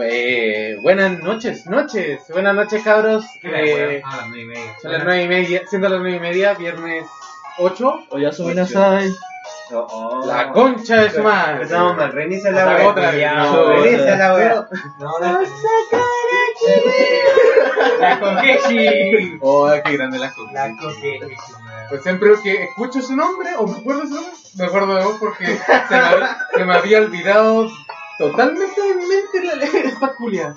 Eh, buenas noches, noches, buenas noches cabros. Eh, a las nueve y media. son las nueve y media, siendo las nueve y media, viernes 8. O ya subí Nasai. Oh, La concha de su madre. Empezamos mal, reinicia la La wea. otra, Ya, no, reinicia la wea. La coquechi. Oh, qué grande la cosa. La coquechi. madre. Pues siempre que escucho su nombre o me acuerdo de su nombre, me acuerdo de vos porque se me, había- se me había olvidado totalmente de mi mente la esta culia.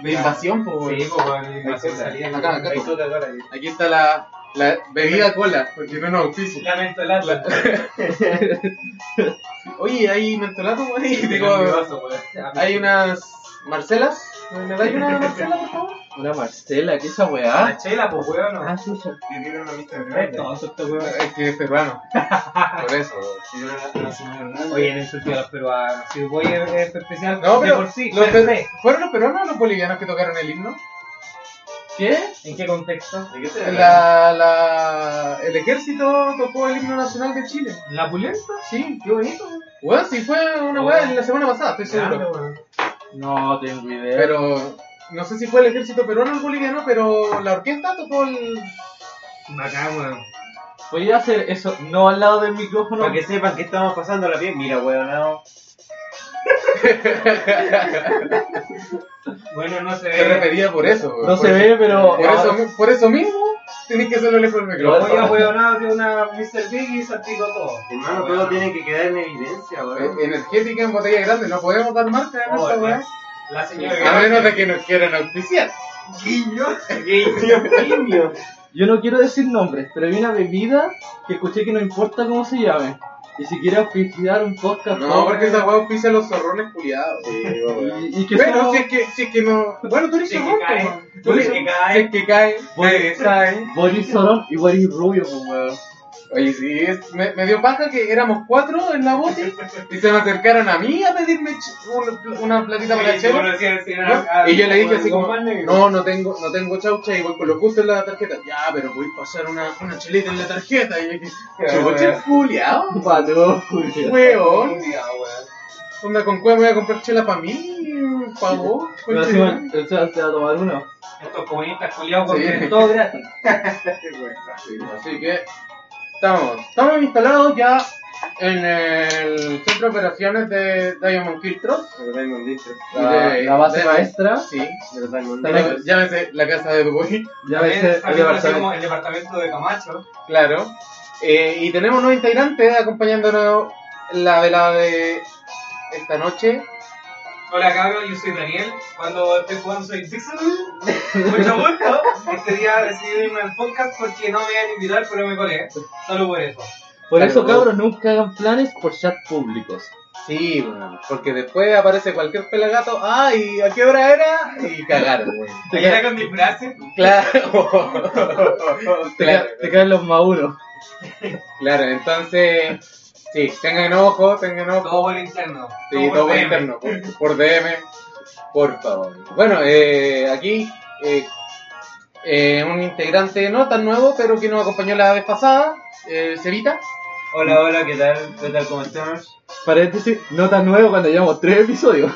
De invasión, po. Sí, weón. pues, bueno, la invasión salía. Acá, acá. Hay coca cola, ya. Aquí está la, la bebida cola, porque no nos auspicia. Lamento el atlas. Oye, hay mentolato, weón. Y Cambio Digo, vaso, pues. weón. hay unas Marcelas. ¿Me dais una Marcela, por favor? Una Marcela, ¿qué es esa La ¿Ah? weá? chela, pues, weón. no. chucha. Me dieron una lista de Esto, Hernández. esto, weón. Es que es peruano. Por eso. weón. Me dieron una- una señora Hernández. Oye, no insulté a los peruanos. Si voy a es especial, No, pero de por sí. los per pe- se. ¿Fueron los peruanos o los bolivianos que tocaron el himno? ¿Qué? ¿En qué contexto? ¿De qué se habla? La, la, el ejército tocó el himno nacional de Chile. ¿La pulenta? Sí. Qué bonito, weón. Bueno, sí fue una weá en la semana pasada, estoy Grande, seguro. weón. No tengo idea. Pero no sé si fue el ejército peruano o el boliviano, pero la orquesta tocó el... Bacán, weón. Podría hacer eso, no al lado del micrófono. Para que sepan que estamos pasándola bien, mira, weonado. Bueno, no se Se ve. refería por eso. No se ve, pero. Ah, Por eso, mi- por eso mismo tenés que hacerlo lejos del Lo voy micrófono. a weonado de una Mr. Big y salpico todo. Hermano, Weón. todo tiene que quedar en evidencia, Eh, weón. Energética en botella grande, no podemos dar marca en Oh, esta weá. La señora. A menos de que nos quieran auspiciar. Guiño. Yo no quiero decir nombres, pero hay una bebida que escuché que no importa cómo se llame. Y si quiere auspiciar un podcast. No, porque esa weá auspicia a los zorrones culiados. Y, y que Bueno, somos- si es que, si es que no. Bueno, tú eres Si es que zorrón, cae. po, weón. Tú eres que cae. Si es que cae. nadie sabe. Boris Sorón y Boris Rubio, pues weón. Oye, sí, es- me, me dio paja que éramos cuatro en la bote y se me acercaron a mí a pedirme ch- un- una platita para la chela. Ah, ah, ¿no? Y yo le dije así como, no, no tengo, no tengo chaucha y voy con lo justo en la tarjeta. Ya, pero voy a pasar una, una chelita en la tarjeta. Y yo dije, chaucha Juliado, Pato, Julio. weón. ah, Pues Onda con cueva me voy a comprar chela para mí, para vos. Pero conche- si man, o sea, se va a tomar uno. Estos comunistas culiados con Sí. que todo gratis. Así que estamos, estamos instalados ya en el centro de operaciones de Diamond Kiltro. Pero Diamond District. La, de- la base de- maestra, Sí, Pero Diamond También- District. llámese la casa de Boy, ya ves, También, también el conocido departamento. como el departamento de Camacho. claro. Eh, y tenemos nueve integrantes acompañándonos en la velada de esta noche. Hola cabros, yo soy Daniel. Cuando estoy jugando soy Dixon. Mucho gusto. Este día decidí irme al podcast porque no me iban a invitar, pero me colé. Solo por eso. Por eso, Claro. cabros, nunca hagan planes por chat públicos. Sí, bueno, porque después aparece cualquier pelagato. ¡Ay! ¿A qué hora era? Y cagaron, güey. Te, Y era con disfraces. Claro. ca- te ca- te caen los mauros. Claro, entonces, sí, tengan ojo, tengan ojo. Todo por interno. Sí, por todo por DM. interno, por, por DM, por favor. Bueno, eh, aquí eh, eh, un integrante no tan nuevo, pero que nos acompañó la vez pasada, eh, Cevita. Hola, hola, ¿qué tal? ¿Qué tal? ¿Cómo estamos? Paréntesis, no tan nuevo cuando llevamos tres episodios.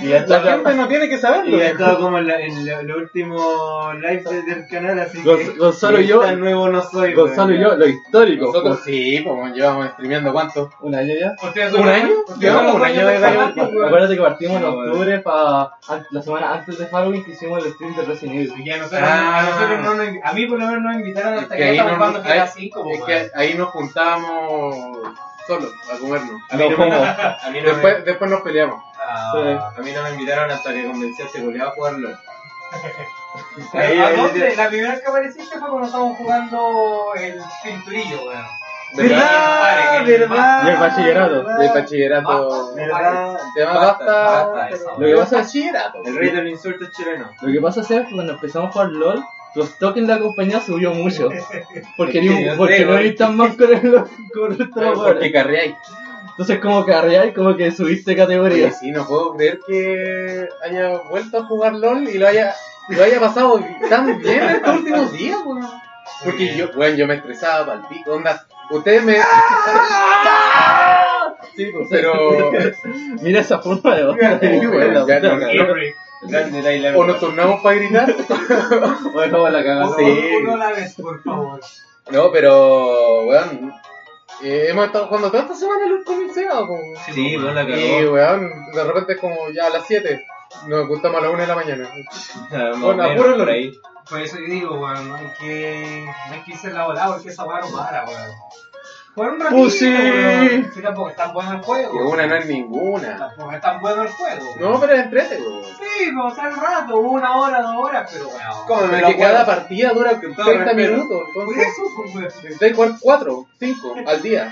Y ya La está. gente no tiene que Y saberlo. ha estado como en, la, en la- los últimos lives de- del canal, así Gon- que. Gonzalo y yo- tan nuevo no soy. Gonzalo y yo, lo histórico. pues Nosotros sí, como llevamos streameando cuánto. Un año ya. ¿Ustedes ¿Un son- año? ustedes Llevamos son un los año de dueños del Diamond. canal, pues, Acuérdate que partimos en Ah, bueno. octubre para la semana antes de Halloween que hicimos el stream de Resident Evil. Y a nosotros, Ah. a, nosotros no nos- a mí por lo menos nos invitaron Es hasta que que pues, ahí ya estamos no- jugando ahí- GTA 5, Es que ahí nos juntábamos solos a comernos. A mí no, me, ¿Cómo? a mí no, Después, después nos peleamos. Ah. Sí. me, Ah. a mí no me invitaron hasta que convencí a este colega a jugarlo. ¿A dónde? La primera vez que apareciste fue cuando estábamos jugando el pinturillo, weón. ¿Verdad? ¿Verdad? Del bachillerato. Del ¿Verdad? bachillerato. ¿Verdad? Se llama Basta, Basta. basta eso. Lo que pues. pasa es bachillerato. El rey del insulto chileno. Lo que pasa Seba, es que cuando empezamos a jugar LOL, tu stock en la compañía subió mucho. Porque, Es que ni- yo sé, porque no güey. eres tan más con el con otro Porque jugador. carreáis. Entonces como que y como que subiste Oye, categoría. sí, no puedo creer que haya vuelto a jugar LOL y lo haya, lo haya pasado tan bien estos últimos días, weón. Porque yo, bueno, yo me estresaba pal pico, onda. Ustedes me. Sí, pues, pero. Mira esa forma de Ya, ya, ya, ya, ya. Grande Tyler. O nos turnamos para gritar. O dejamos la cagada. Sí. Uno a la vez, por favor. No, pero. Weón. eh, hemos estado jugando toda esta semana el con el Seba, po, weón. Sí, vos la Y cagó. weón, de repente es como ya a las 7. Nos gustamos a las 1 de la mañana. Ah, más o Bueno, menos apúralo. por ahí. Por eso yo digo, weón, no hay que, no hay que irse la volada porque esa weá no para, weón. Jugar un ratito, Pussy. weón. Si tampoco es tan bueno el Uh, Que juego. una no es ninguna. Tampoco es tan bueno el juego. No, pero es entrete, weón. Sí, vamos a un rato, una hora, dos horas, pero weón. Porque cada partida dura 30 minutos, Por entonces eso, pues, weón. necesitáis jugar 4, 5 al día.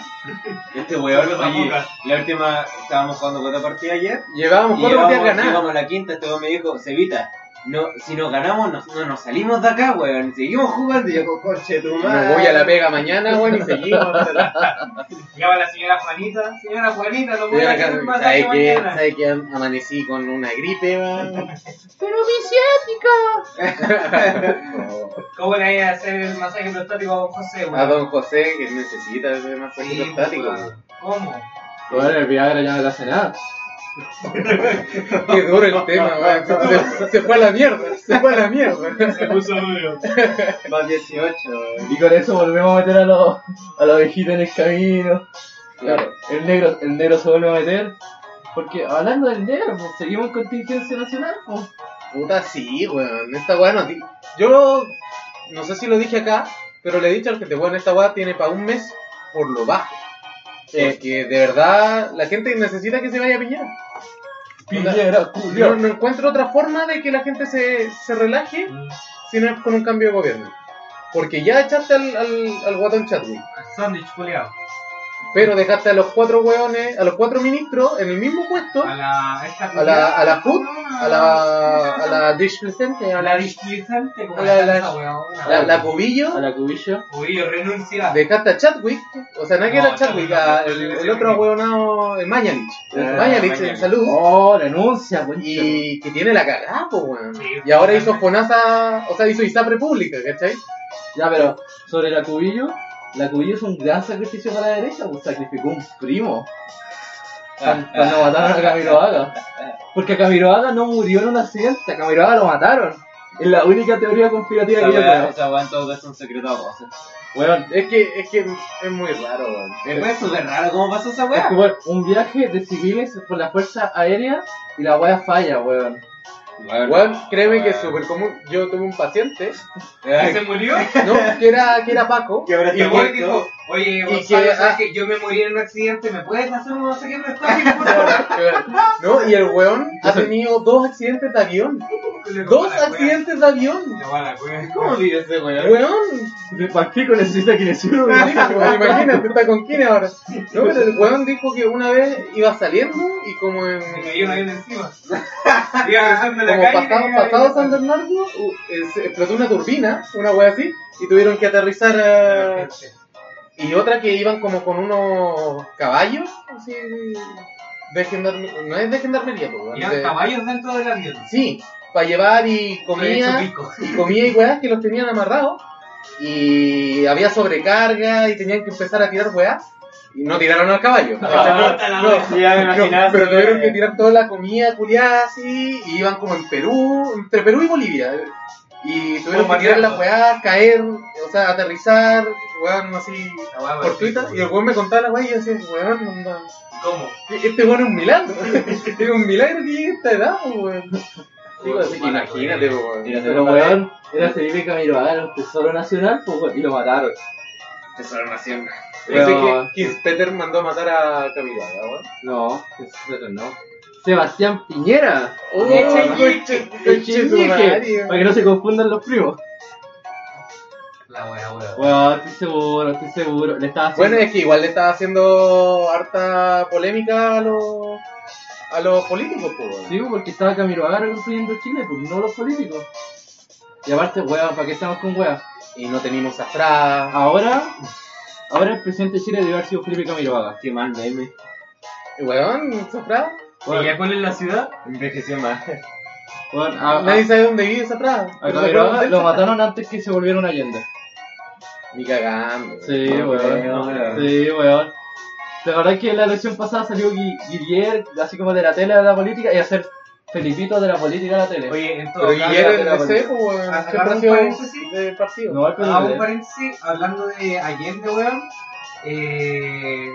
Este weón lo fallé. Tampoco. La última, estábamos jugando con otra partida ayer. Llevábamos Y 4 partidas llegamos, llegamos ganadas. a la quinta, este weón me dijo, Cevita, no, si nos ganamos, no, no nos salimos de acá, weón. Seguimos jugando. Y yo, coche, tu madre. Me voy a la pega mañana, weón, y seguimos. hasta la- Llama la señora Juanita. Señora Juanita, no voy a hacer un masaje ¿Sabes qué? mañana. ¿Sabes qué? Amanecí con una gripe, weón. ¿Cómo le voy a hacer el masaje prostático a don José, weón? A don José, que necesita ese masaje Sí, prostático. weón. ¿Cómo? Bueno, el Viagra ya no le hace nada. Qué duro el tema, weón. Se, se fue a la mierda, se fue a la mierda. Se puso duro. Más 18, weón. Y con eso volvemos a meter a, los a la ovejita en el camino. Claro. El negro, el negro se vuelve a meter. Porque hablando del negro, pues, seguimos en contingencia nacional. Pues. Puta, sí, weón. Esta weá no. ti- Yo no sé si lo dije acá, pero le he dicho al gente, weón, esta weá tiene para un mes por lo bajo. Porque de verdad la gente necesita que se vaya a piñar. Piñera, Yo culión. no encuentro otra forma de que la gente se, se relaje si no es con un cambio de gobierno. Porque ya echaste al, al, al guatón Chadwick, Sándwich culiao. pero dejaste a los cuatro weones, a los cuatro ministros en el mismo puesto, A la. Esta a la, a la FUT, Ah. a la, a la displicente, a A la, la displicente, como A la- la la- esa weón. la, la cubillo, A la cubillo. Uy, renuncia. dejaste a Chadwick, o sea, no que No, era Chadwick, Chadwick, a- no, el, no, el no, otro no. hueonado, el Mañalich, Ah, Mañalich en Mañalich. salud, Oh, renuncia, weón. y que tiene la cagada, po, weón. Sí, Y ahora hizo totalmente. FONASA, o sea, hizo ISAPRE pública, ¿cachai? Ya, pero sobre la cubillo, la cubillo es un gran sacrificio para la derecha, pues sacrificó un primo. Para no matar a Camiroaga. Porque a Camiroaga no murió en un accidente, a Camiroaga lo mataron. Es la única teoría conspirativa Esa que yo weá- creo. esa weá en todo caso es un secreto a voces. Weón, Es que, es que es muy raro, weón. Es weá súper raro cómo pasó esa es weá. que, weón, un viaje de civiles por la fuerza aérea y la wea falla, weón. Weón, créeme que es súper común. Yo tuve un paciente, ¿Que se murió? ¿no? Que era, que era Paco. Que ahora y está que- Igual muerto. dijo, oye, Y que- Gonzalo, ¿sabes ah. que yo me morí en un accidente? ¿Me puedes hacer un no sé qué prostático, por favor? ¿No? Y el weón ha tenido dos accidentes de avión. Le digo, Dos "Para, weón". accidentes de avión. Le va la weón. ¿Cómo vive ese weón? Weón, De Paquico necesita kinesiólogo. Sí, pues, imagínate, está con quién ahora. No, pero el weón dijo que una vez iba saliendo y como en. Me cayó un avión encima. Iba cruzando la Como calle. pasado, y me pasado cayó- San Bernardo, u- eh, se explotó una turbina, una wea así, y tuvieron que aterrizar a. Y otra que iban como con unos caballos, así. De gendarme- no es de gendarmería, pues, weón, Iban de- caballos dentro del avión. Sí, para llevar y comida. Hecho pico. y comía y weas que los tenían amarrados y había sobrecarga y tenían que empezar a tirar weas y no tiraron al caballo. bota, la bota. Sí, ya me No, imaginaba pero ese tuvieron weón. que tirar toda la comida culiada así y iban como en Perú, entre Perú y Bolivia. Y tuvieron que tirar Bombardeando. las weas, caer, o sea, aterrizar, weón así La weá, por Twitter. Y el weón me contaba la wea y yo decía, weón, onda, ¿Cómo? este weón es un milagro. es un milagro que llegue a esta edad, pues, weón. Digo, así que imagínate, imagínate, weón. Mira, Pero weón, era Felipe Camiroaga, era un tesoro nacional, pues, weón, y lo mataron. Tesoro nacional. Pensé Pero- que, que Peter mandó a matar a Camiroaga, weón. No, tesoro no. Sebastián Piñera. Oh, El chiñique, para que no se confundan los primos. La weá, weón. Weón, estoy seguro, estoy seguro. Le estaba haciendo. Bueno, es que igual le está haciendo harta polémica a los, a los políticos, po, weón. Sí, porque estaba Camiroaga reconstruyendo Chile, pues no los políticos. Y aparte, weón, ¿para qué estamos con weas? Y no tenemos atrás. Ahora, ahora el presidente de Chile debe haber sido Felipe Camiroaga. Qué mal meme. Weón, Safra. Weón, ¿Y ya cuál es la ciudad? Envejeció más. weón, a, a- Nadie sabe dónde vive Safra. a Camiroaga lo mataron antes que se volviera una leyenda. Ni cagando. Sí, No weón. creo, weón. Sí, weón. La verdad es que en la elección pasada salió Gui- Guillier, así como de la tele de la política, y hacer Felipito de la política de la tele. Oye, en todo Pero caso- Guillermo la- era el DC, po, weón. Ah, Siempre ha hagamos sido un paréntesis. del partido. no, al Ah, un PDD. paréntesis, hablando de Allende, weón. Eh,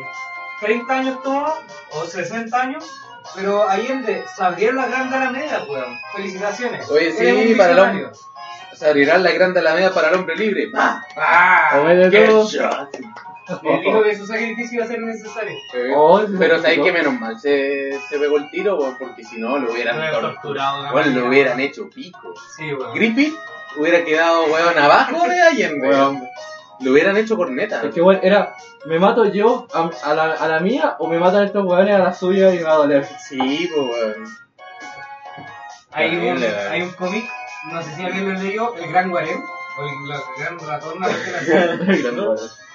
30 años tuvo, o 60 años, pero Allende se abrieron la Gran Alameda, weón. Felicitaciones. Oye, sí, Eres un para el visionario. Se abrirá la gran Alameda para el hombre libre. ¡Pah! O ¡Ah! medio ¡Qué todo. shot! Él dijo que su sacrificio iba a ser necesario. Eh, Oh, ese Pero es sabéis el que chico. menos mal se, se pegó el tiro, weón, porque si no lo hubieran Lo hubieran torturado, Bueno, weón. lo hubieran hecho pico. Sí, weón. Griffith hubiera quedado, weón, abajo de Allende. Weón. Lo hubieran hecho corneta. Es que bueno, era, ¿me mato yo a, a la, a la mía o me matan estos weones a la suya y me va a doler? Sí, pues, weón. Hay un, Terrible, weón. hay un cómic, no sé si alguien lo leyó, El Gran Guarem, o el, el Gran Ratón, no sé qué era.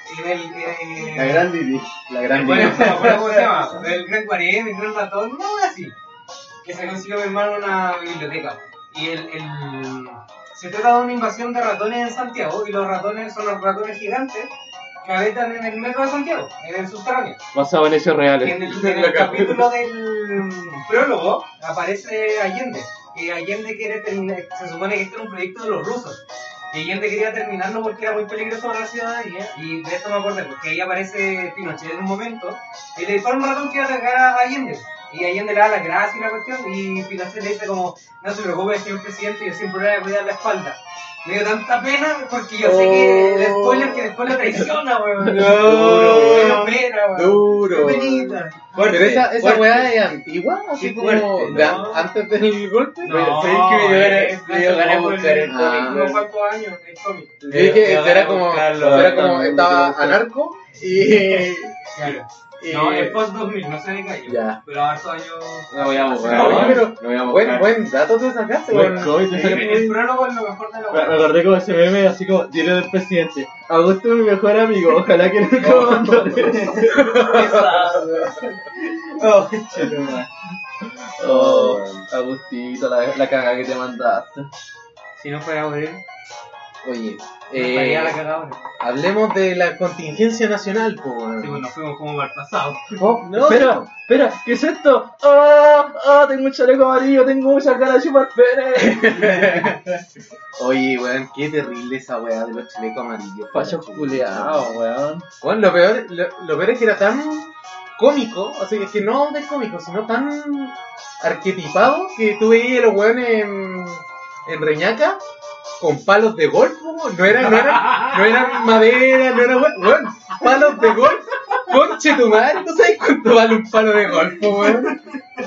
En el. eh, La gran Didi. La gran Bueno, vida. no me acuerdo cómo se llama, el Gran Guarem, el Gran Ratón, una wea así. Que se consiguió mi hermano en una biblioteca. Y el, el- Se trata de una invasión de ratones en Santiago, y los ratones son los ratones gigantes que habitan en el metro de Santiago, en el subterráneo. Basado en hechos Y reales. en el, en el capítulo del prólogo aparece Allende. Y Allende quiere terminar, se supone que este era un proyecto de los rusos. Y Allende quería terminarlo porque era muy peligroso para la ciudadanía. Y de esto me acuerdo, porque ahí aparece Pinochet en un momento. Y le dispara un ratón que iba a atacar a Allende. Y Allende le da las gracias y la cuestión. Y Pinochet le dice como, no se preocupe, señor presidente, yo siempre le voy a cuidar la espalda. Me dio tanta pena porque yo sé que el spoiler que después lo traiciona, weón. No. Qué pena, weón. Duro. Qué penita. Ah, Pero esa, esa fuerte. weá es antigua, así Sí, como fuerte, de an- no. antes del golpe. No, Weón, ¿sabéis es que me dio ganas- este, es me dio ganas de hace poco buscar el el cómic, cómic, weón. no cuántos pues. años, el cómic. Yo dije que era como, este buscarlo, era como buscarlo. estaba anarco y, Claro. y Eh, No, es post 2000, no sé de qué año. Ya. Pero harto año. No voy a buscar. No, weón. pero- No voy a buen, buscar. buen dato te sacaste, Buen weón. COVID, te Sí, sacaste. El, el prólogo es lo mejor de la Me me web. acordé como ese meme así como diario del presidente. Augusto es mi mejor amigo, ojalá que nunca me abandone. Oh, chulo, man. Oh, Agustito, la, la caga que te mandaste. Si no fuera por él, Oye, estaría la eh, cagada. ahora. hablemos de la contingencia nacional, po, weón. Sí, pues nos fuimos como mal pasado. Oh, No. espera, espera, ¿qué es esto? ¡Ah! ¡Ah! Tengo un chaleco amarillo, tengo mucha cara de chupar pene. Oye, weón, qué terrible esa weá de los chalecos amarillos. Pacho culeado, weón. Bueno, lo peor, lo, lo peor es que era tan cómico, o sea, que no de cómico, sino tan arquetipado que tú veías a los weones en, en Reñaca con palos de golf, po, no era, no era, no era madera, no era we- weón, palos de golf, conche tu madre, ¿tú sabes cuánto vale un palo de golf, po, weón?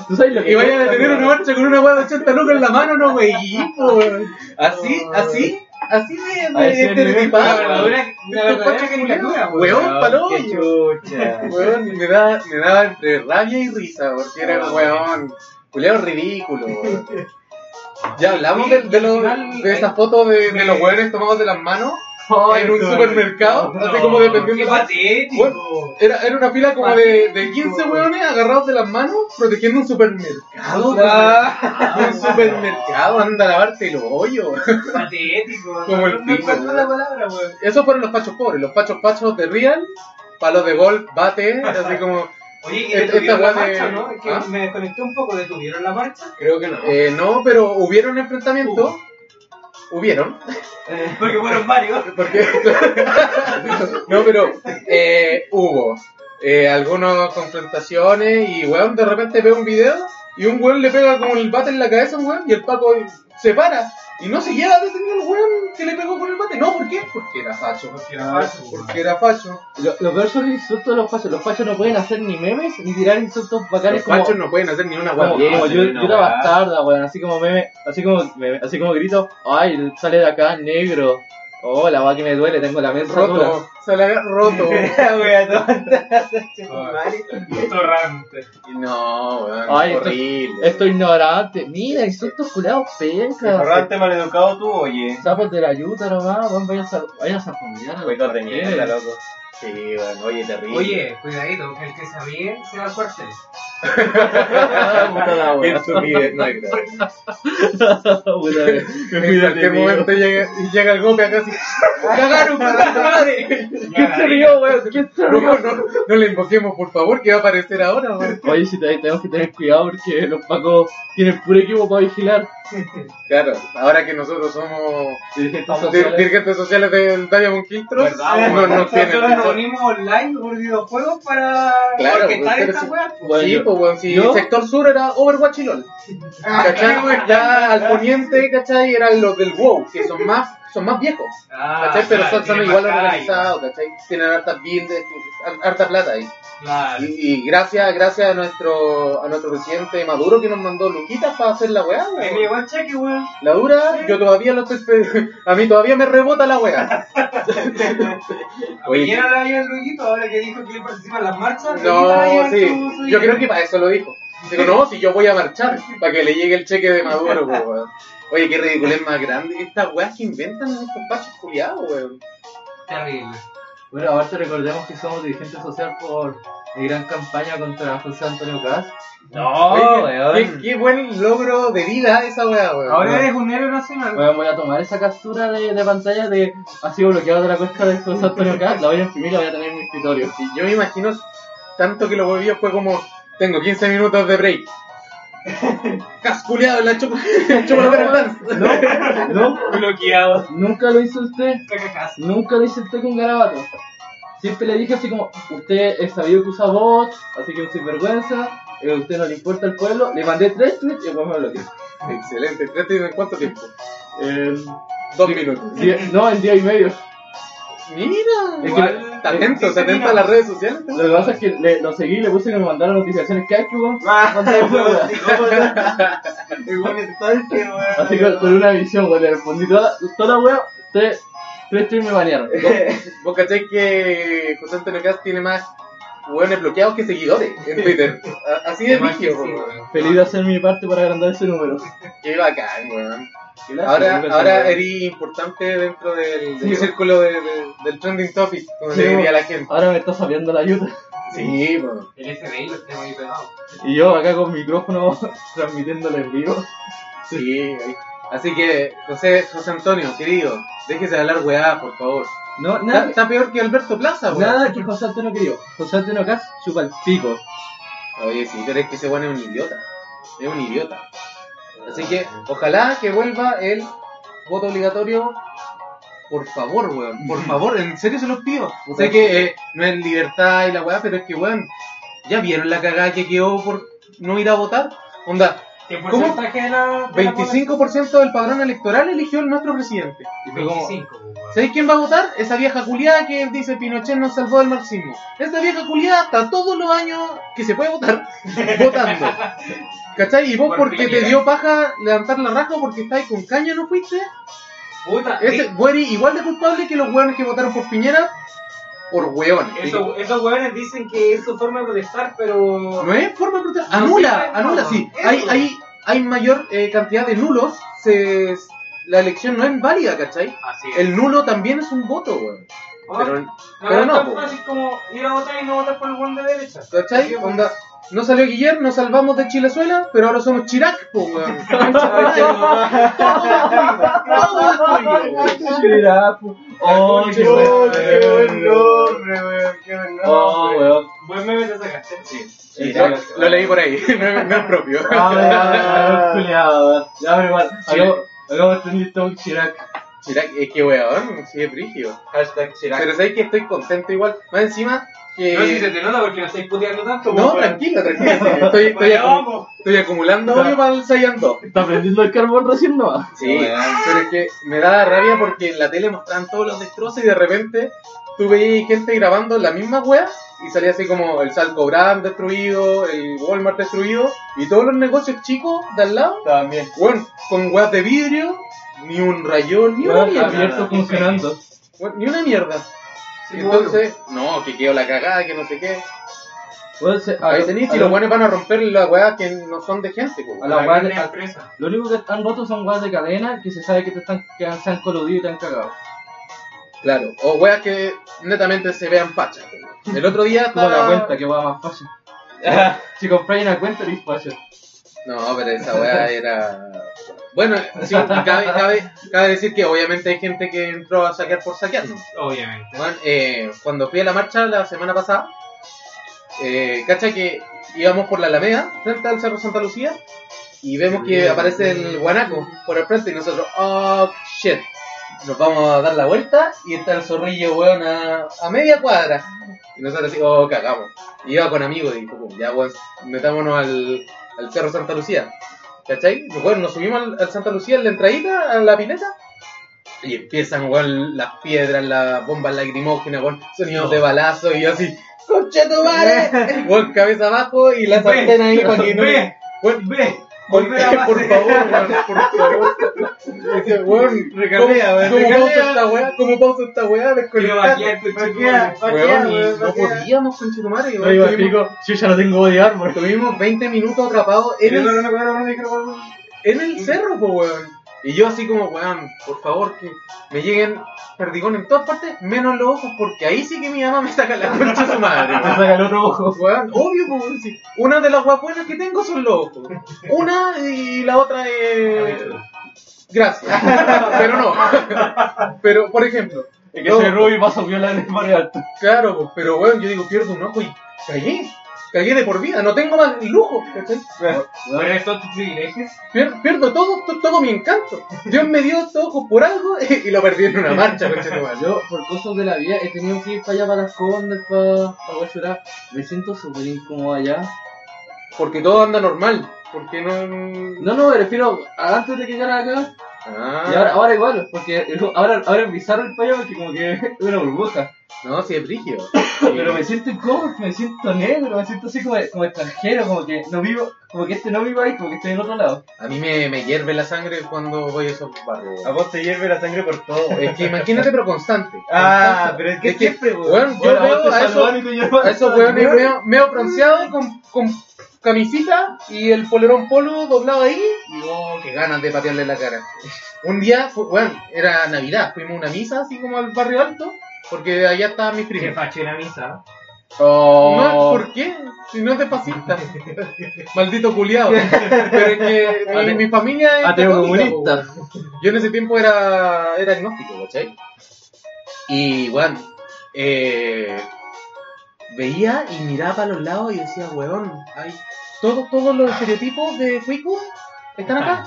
¿Tú sabes lo que Y vaya a cuesta, tener weón? una marcha con una weá de 80 lucas en la mano, no wey, po, weón. Así, así, así de, de, A ese nivel, Una estereotipado, weón. weón. verdadera, una verdadera caricatura, weón. Weón, palo, Qué chucha. Weón, me daba, me daba entre rabia y risa, porque era Ah, weón, culeo ridículo, weón. Ya hablamos Oye, de, de, y al los- final- de esas fotos de, de me- los weones tomados de las manos Ay, en un weón. supermercado, No, así como Qué dependiendo. patético. Era, era una fila como de, de 15 weones agarrados de las manos protegiendo un Ah, supermercado. weón. un supermercado, anda a lavarte los hoyos. Patético. Como el No pico, encuentro weón. la palabra, weón. Esos fueron los pachos pobres, los pachos pachos de Real, palos de golf, bate, así como... Oye, ¿y Esta- esta detuvieron la weá de- marcha, no? Es que ¿Ah? me desconecté un poco, ¿detuvieron la marcha? Creo que no. Eh, no, pero hubieron enfrentamientos. Uh. Hubieron. Porque fueron varios. Porque... no, pero eh, hubo eh, algunas confrontaciones y, weón, de repente veo un video y un weón le pega con el bate en la cabeza a un weón y el Paco se para. Y no se lleva detenido el weón que le pegó con el bate. No, ¿por qué? Porque era facho. Porque era falso, weón. Porque era facho. Lo, lo peor son los insultos de los fachos. Los fachos no pueden hacer ni memes ni tirar insultos bacanes Los como. fachos no pueden hacer ni una como, guardia. bien, como sí, yo, no, yo era weá. bastarda, weón. Así como meme, así como meme, así como grito, ay, sale de acá negro. Oh, la weá que me duele, tengo la mesa dura. Roto. Se la agarra- roto. Torrante. No, weón. Ay, esto- horrible. Estoy ignorante. Mira, insultos culados pencas. Torrante maleducado tú, oye. Sapos de la yuta nomás, weón, vayan a vayan a familiar a Huecos de cualquiera. mierda, loco. Sí, weón, oye, terrible. Oye, cuidadito, el que se avíe se da suerte. Puta la weá. En su vida, no hay gracia. Puta, me fui En del cualquier enemigo. momento llega, y llega el golpe acá así. ¡Cagaron, puta madre! ¿Quién se rió, weón? ¿Quién se rió? No, no, no le invoquemos, por favor, que va a aparecer ahora, weón. Oye, si te- tenemos que tener cuidado porque los pacos tienen puro equipo para vigilar. Claro, ahora que nosotros somos Dirigentes dir- sociales. dirigentes sociales del Diamond Quintros, ¿Verdad, Ah, no, no tienen. Nosotros nos unimos online por videojuegos para Claro, orquestar pero esta sí. weá. Bueno, sí, yo- pues, weón, si yo- el sector sur era Overwatch y LOL. ¿Cachai? Pues, Ya al poniente, ¿cachai? Eran los del WoW, que son más, son más viejos. Ah, ¿Cachai? Pero son, claro, son tiene igual más callo. organizados, ¿cachai? Tienen hartas builds, harta plata ahí. Claro. Y, y gracias, gracias a nuestro, a nuestro presidente Maduro que nos mandó Luquitas para hacer la weá, Ahí me weón. llegó el cheque, weón. La dura, yo todavía lo estoy. pe- A mí todavía me rebota la weá. Oye, ¿quién habla ahí el Luiguito ahora que dijo que él participa en las marchas? No, sí. Yo creo que para eso lo dijo. Digo, no, si yo voy a marchar, para que le llegue el cheque de Maduro, po, weón. Oye, qué ridículo es más grande que estas weas que inventan estos pachos culiados, weón. Terrible. Bueno, aparte recordemos que somos dirigentes sociales por mi gran campaña contra José Antonio Cas. Oh, No, Oye, qué, qué- qué buen logro de vida esa wea, weón. Ahora eres un héroe nacional. Bueno, voy a tomar esa captura de, de pantalla de ha sido bloqueado de la cuesta de José Antonio Cas, la voy a imprimir y la voy a tener en mi escritorio. Y yo me imagino tanto que lo volvió fue como tengo 15 minutos de break. Casculeado en la chupa, No, no, bloqueado. nunca lo insulté, Cacas. nunca lo insulté con garabato. Siempre le dije así como, usted es sabido que usa bots, así que un sinvergüenza, eh, a usted no le importa el pueblo, le mandé tres tweets y después me bloqueó. Excelente, trate en cuánto tiempo. Eh, Dos minutos. die- no, en día y medio. Mira, Es que- igual, es- atento, sí, se eh, sí, atento no. a las redes sociales. Lo que pasa es que le- lo seguí, le puse que me mandara notificaciones que hay pues, que hubo. El buen estalque, weón. Así que con una visión, güey, le respondí toda, toda la wea, tres, tres tweets me banearon. Vos cacháis que José Antonio Cast tiene más hueones bloqueados que seguidores en Twitter. A- Así de vigio, weón. Feliz de hacer mi parte para agrandar ese número. Qué bacán, weón. Ahora, ahora eres importante dentro del, del Sí. círculo de- de- del trending topic, como Sí, le diría weón. la gente. Ahora me está sabiendo la ayuda. Sí, weón. El FBI lo tengo ahí pegado. Y yo acá con micrófono transmitiéndole en vivo. Sí, ahí. así que, José, José Antonio, querido, déjese de hablar weá, por favor. No, Está, nada, está peor que Alberto Plaza, weón. nada que José Antonio querido. José Antonio Cas chupa el pico. Oye, sí, pero es que ese weón es un idiota. Es un idiota. Así que, ojalá que vuelva el voto obligatorio. Por favor, weón. Por favor, en serio se los pido. Sé que eh, no es libertad y la weá, pero es que, weón, ¿ya vieron la cagada que quedó por no ir a votar? Onda, ¿Qué ¿Cómo? porcentaje de la. de la 25% del padrón electoral eligió el nuestro presidente. población? 25, weón. ¿Sabéis quién va a votar? Esa vieja culiada que dice Pinochet nos salvó del marxismo. Esa vieja culiada está todos los años que se puede votar votando. ¿Cachai? Y vos Por porque te primera. dio paja levantar la raja porque estáis con caña no fuiste. Puta, Ese güeri igual de culpable que los hueones que votaron por Piñera por hueones. Eso, esos weones dicen que es su forma de protestar, pero. No es forma de protestar. No Anula, sirve, anula, no, sí. eso. Hay, hay, hay mayor eh, cantidad de nulos. Se, la elección no es válida, ¿cachai? Así El nulo también es un voto, weón. Ah, Pero no, pero es no, tan po. fácil como ir a votar y no votar por el buen de derecha. ¿Cachai? Sí, bueno. Onda, no salió Guillermo, nos salvamos de Chilezuela, pero ahora somos Chirac, po, weón. Jirapo. Oh, qué Oh, qué buen nombre, weón, qué buen Oh, weón. Buen meme te sacaste. Lo leí por ahí, no, no es propio. Ah, culiado. Ya, mi hermano. Hagamos- Hagamos este listo un Chirac. Chirac, es que weón, sí es brígido. Hashtag Pero sabéis que estoy contento igual. Más encima que. No sé si se te nota porque no estáis puteando tanto. No, weón. tranquilo, tranquilo. sí. Estoy, estoy, Vaya, acumu- vamos. estoy acumulando odio para el Saiyan 2. ¿Está prendiendo el carbón recién no? Sí, pero es que me da rabia porque en la tele mostraban todos los destrozos y de repente tú veías gente grabando la misma wea y salía así como el Salco Brand destruido, el Walmart destruido y todos los negocios chicos de al lado, También. bueno, con weas de vidrio ni un rayón, ni una Weón, mierda. abierto funcionando. Weón, Ni una mierda. Entonces, no, que quedó la cagada, que no sé qué. Weón, se- Ahí a- tenéis, a si lo- los buenos van a romper las weas que no son de gente, pues, po. A la weá weá de de- a- empresa. Lo único que están rotos son weas de cadena que se sabe que te están que han- se han coludido y te han cagado. Claro, o weas que netamente se vean fachas. po. El otro día Como estaba... la cuenta, que wea más fácil. si compráis una cuenta, eres fácil. No, pero esa wea era... Bueno, sí, y cabe, cabe, cabe decir que obviamente hay gente que entró a saquear por saquearnos. Obviamente. Bueno, eh, cuando fui a la marcha la semana pasada, eh, cacha que íbamos por la Alameda, frente al Cerro Santa Lucía, y vemos que aparece el guanaco por el frente y nosotros, oh shit, nos vamos a dar la vuelta y está el zorrillo weón a, a media cuadra. Y nosotros así, oh cagamos. Y iba con amigos y pum, ya pues metámonos al, al Cerro Santa Lucía. ¿Cachai? Y, Bueno, nos subimos al, al Santa Lucía en la entradita, a la pileta. Y empiezan, weón, las piedras, las bombas lacrimógenas, weón, sonidos de balazo y yo así, ¡Conche tu madre! weón, cabeza abajo y la sartén ahí para que no. Ve, Weón, ve. por, volver a por base. favor, weón, por favor. Dice, weón, Recarrea, ¿cómo- weón, ¿cómo recarrea. pausa esta weá? ¿Cómo pausa esta weá? Pero Desconectar. aquí el coche, Vaquea, weón. vaquea, Weón, y weón, no vaquea. podíamos con Chetumare, No iba weón. a Tuvimos, pico, yo ya no tengo body armor. tuvimos 20 minutos atrapados en Yo no el, lo recuerdo, no recuerdo, no recuerdo. en el cerro, po, weón. Y yo así como, weón, por favor, que me lleguen perdigón en todas partes, menos los ojos, porque ahí sí que mi mamá me saca la concha de su madre, Me weón. saca el otro ojo. Weón, obvio, po, weón, sí. Una de las guas buenas que tengo son los ojos. Una y la otra es... Gracias. Pero no. Pero, por ejemplo, Es que No. soy rubio y paso viola en el barrio alto. claro, pues, pero weón, yo digo, pierdo un ojo y cagué. Cagué de por vida, no tengo más lujo. ¿cachai? Pero esto tus privilegios. Pier- Pierdo todo, to- todo mi encanto. Dios me dio estos ojos por algo y lo perdí en una marcha, conchetumare. Yo, por cosas de la vida, he tenido que ir para allá, para las condes, para, para Guachurá. Me siento súper incómodo allá. Porque todo anda normal. Porque no. No, no, me refiero a antes de que llegara acá. Ah, Y ahora, ahora igual, porque ahora, ahora es bizarro el payo porque como que es una burbuja. no, si es brígido. Pero me siento incómodo, me siento negro, me siento así como, como extranjero, como que no vivo, como que este no vivo ahí, como que estoy en otro lado. A mí me, me hierve la sangre cuando voy a esos barrios. Ah. A vos te hierve la sangre por todo. weón. Es que imagínate, pero constante. Ah, pero es que Es que, siempre, weón. weón, yo veo a esos A esos weones medio, medio bronceados con, con camisita y el polerón polo doblado ahí. Y oh, qué ganas de patearle la cara. Un día, fu- weón, era Navidad, fuimos a una misa así como al barrio alto, porque allá estaban mis Que primos. fache la misa. No, Oh. ¿por qué? Si no es de pasista. Maldito culiado. Pero es que mi, Ateo- mi familia es ateo católica, po, ah, Este comunista. weón. Yo en ese tiempo era, era agnóstico, ¿cachai? Y, weón, eh, veía y miraba para los lados y decía, weón, hay todos, todos los estereotipos de Cuico están acá.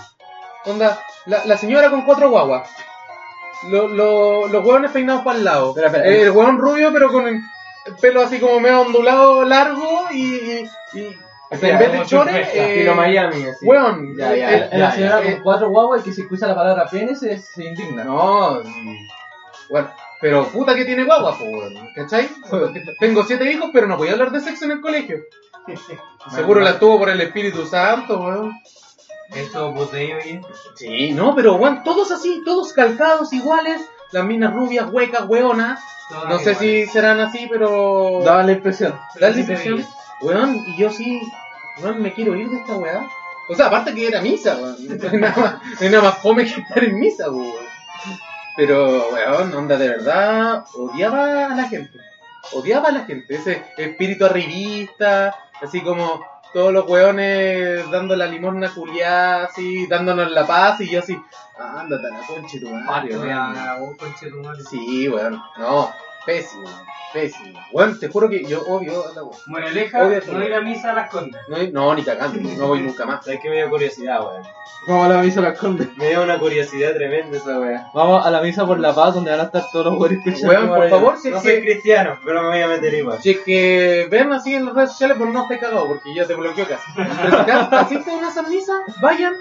Onda, la, la señora con cuatro guaguas. Lo- lo- los hueones peinados para el lado. Espera, espera. el hueón rubio, pero con el pelo así como medio ondulado, largo y. y- y- en vez de chores, eh, Miami, así. hueón. Ya, ya, eh, la señora eh, con cuatro guaguas y que si escucha la palabra pene se, se indigna. No, sí. bueno, pero puta que tiene guagua, po, weón, ¿cachai? Tengo siete hijos, pero no podía hablar de sexo en el colegio. Seguro la tuvo por el Espíritu Santo, weón. Esto boteo y. Sí, no, pero weón, todos así, todos calcados, iguales. Las minas rubias, huecas, weonas. No sé si serán así, pero. Daba la impresión. Da la impresión. Weón, y yo sí, weón, me quiero ir de esta weá. O sea, aparte que era misa, weón. No hay nada más, no hay nada más fome que estar en misa, weón. Pero, weón, onda, de verdad, odiaba a la gente. Odiaba a la gente. Ese espíritu arribista, así como todos los weones dando la limosna culiada, así, dándonos la paz, y yo así, ándate a la concha de tu madre, weón. Sí, weón, no, pésimo, pésimo. Weón, te juro que yo odio a la weón. Moraleja, Odio eso. no ir a misa a las condas. No, no, ni cagando, no voy nunca más. Es que me dio curiosidad, weón. Vamos a la misa las condes. Me dio una curiosidad tremenda esa weá. Vamos a la misa por la paz donde van a estar todos los buenos escuchando. Weón, por favor, si No es, soy que, cristiano, pero me voy a meter igual. si es que ven así en las redes sociales, pues no esté cagado, porque ya te bloqueó casi. Pero si te has- asisten a una esas misas, vayan.